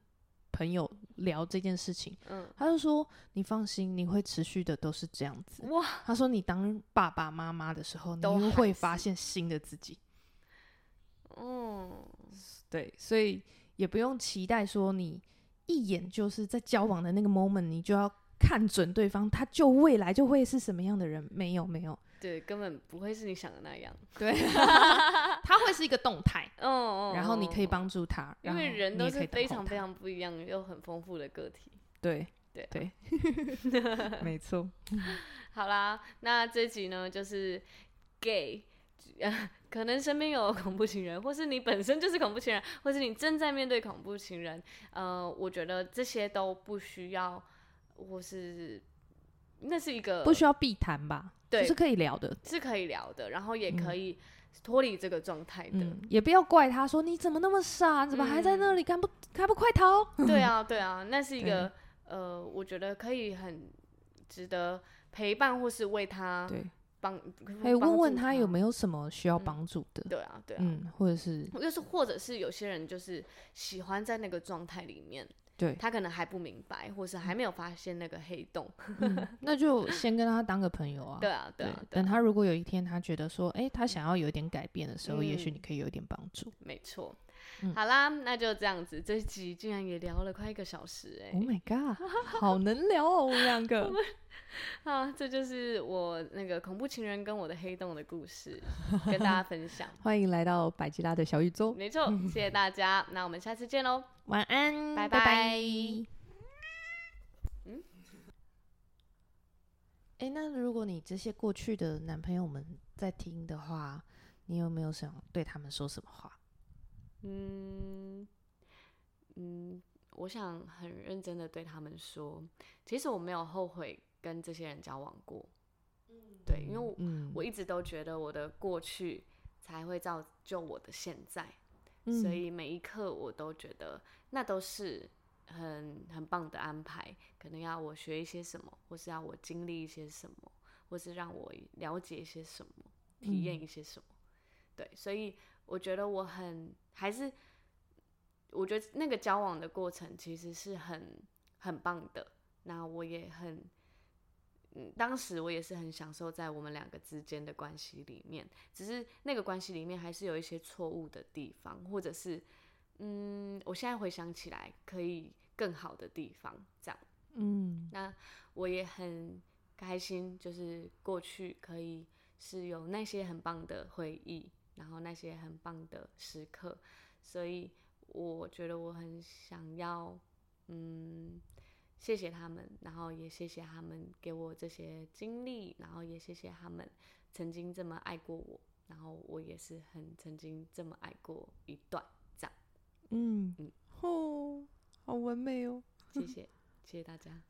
S2: 朋友聊这件事情，
S1: 嗯，
S2: 他就说：“你放心，你会持续的都是这样子。”
S1: 哇，
S2: 他说：“你当爸爸妈妈的时候，你
S1: 都
S2: 又
S1: 还
S2: 会发
S1: 是
S2: 现新的自己。
S1: 哦，
S2: 对，所以也不用期待说你一眼就是在交往的那个 moment，你就要看准对方，他就未来就会是什么样的人。没有，没有，
S1: 对，根本不会是你想的那样，
S2: 对，
S1: [laughs]
S2: 他会是一个动态，
S1: 哦哦，
S2: 然后你可以
S1: 哦，
S2: 帮助他，
S1: 因
S2: 然
S1: 为
S2: 后
S1: 人
S2: 你
S1: 都
S2: 也可
S1: 是
S2: 以等
S1: 非
S2: 候
S1: 常
S2: 他
S1: 非常不一样又很丰富的个体。
S2: 对
S1: 对啊
S2: 对，
S1: [laughs]
S2: 没错，
S1: 好啦，那这集呢就是 gay，呃可能身边有恐怖情人，或是你本身就是恐怖情人，或是你正在面对恐怖情人，呃，我觉得这些都不需要，或是那是一个
S2: 不需要避谈吧，就
S1: 呃对
S2: 是可以聊的。
S1: 是可以聊的，然后也可以脱离这个状态的。嗯
S2: 嗯，也不要怪他说你怎么那么傻，怎么还在那里，还不还不快逃？
S1: 对
S2: [laughs]
S1: 啊，对啊，那是一个呃，我觉得可以很值得陪伴，或是为他
S2: 对，
S1: 嗯帮，
S2: 还有问问他有
S1: 有
S2: 没有什么需要
S1: 嗯
S2: 帮助的，
S1: 对啊，对啊，
S2: 嗯，或者是
S1: 又是或者是有些人就是喜欢在那个状态里面，
S2: 对，
S1: 他可能还不明白，或是还没有发现那个黑洞。
S2: 嗯那就先跟他当个朋友啊。
S1: 对啊，对
S2: 对
S1: 啊，对
S2: 等
S1: 啊，
S2: 他如果有一天他觉得说，哎，他想要有一点改变的时候，也许
S1: 嗯
S2: 你可以有一点帮助。
S1: 没错
S2: 嗯。
S1: 好啦，那就这样子，这一集竟然也聊了快一个小时哎、
S2: Oh my god，
S1: [laughs]
S2: 好能聊哦，我们两个。
S1: 啊，这就是我那个恐怖情人跟我的黑洞的故事，跟大家分
S2: [laughs]
S1: 享。
S2: 欢迎来到百吉拉的小宇宙，
S1: 没错，谢谢大家，那我们下次见喽。
S2: 晚安，
S1: 拜
S2: 拜
S1: 拜
S2: 嗯
S1: 嗯，
S2: 哎，那如果你这些过去的男朋友们在听的话，你有没有想对他们说什么话？
S1: 嗯嗯，我想很认真的对他们说，其实我没有后悔跟这些人交往过。对，因为我
S2: 嗯，
S1: 我一直都觉得我的过去才会造就我的现在，
S2: 嗯
S1: 所以每一刻我都觉得那都是很很棒的安排。可能要我学一些什么，或是要我经历一些什么，或是让我了解一些什么，体验一些什么。对，所以我觉得我很还是，我觉得那个交往的过程其实是很很棒的。那我也很嗯，当时我也是很享受在我们两个之间的关系里面，只是那个关系里面还是有一些错误的地方，或者是嗯，我现在回想起来可以更好的地方，这样
S2: 嗯
S1: 我也很开心，就是过去可以是有那些很棒的回忆，然后那些很棒的时刻，所以我觉得我很想要嗯。谢谢他们，然后也谢谢他们给我这些经历，然后也谢谢他们曾经这么爱过我，然后我也是很曾经这么爱过一段，
S2: 嗯
S1: 嗯
S2: 哦，好完美哦。
S1: 谢谢谢谢大家。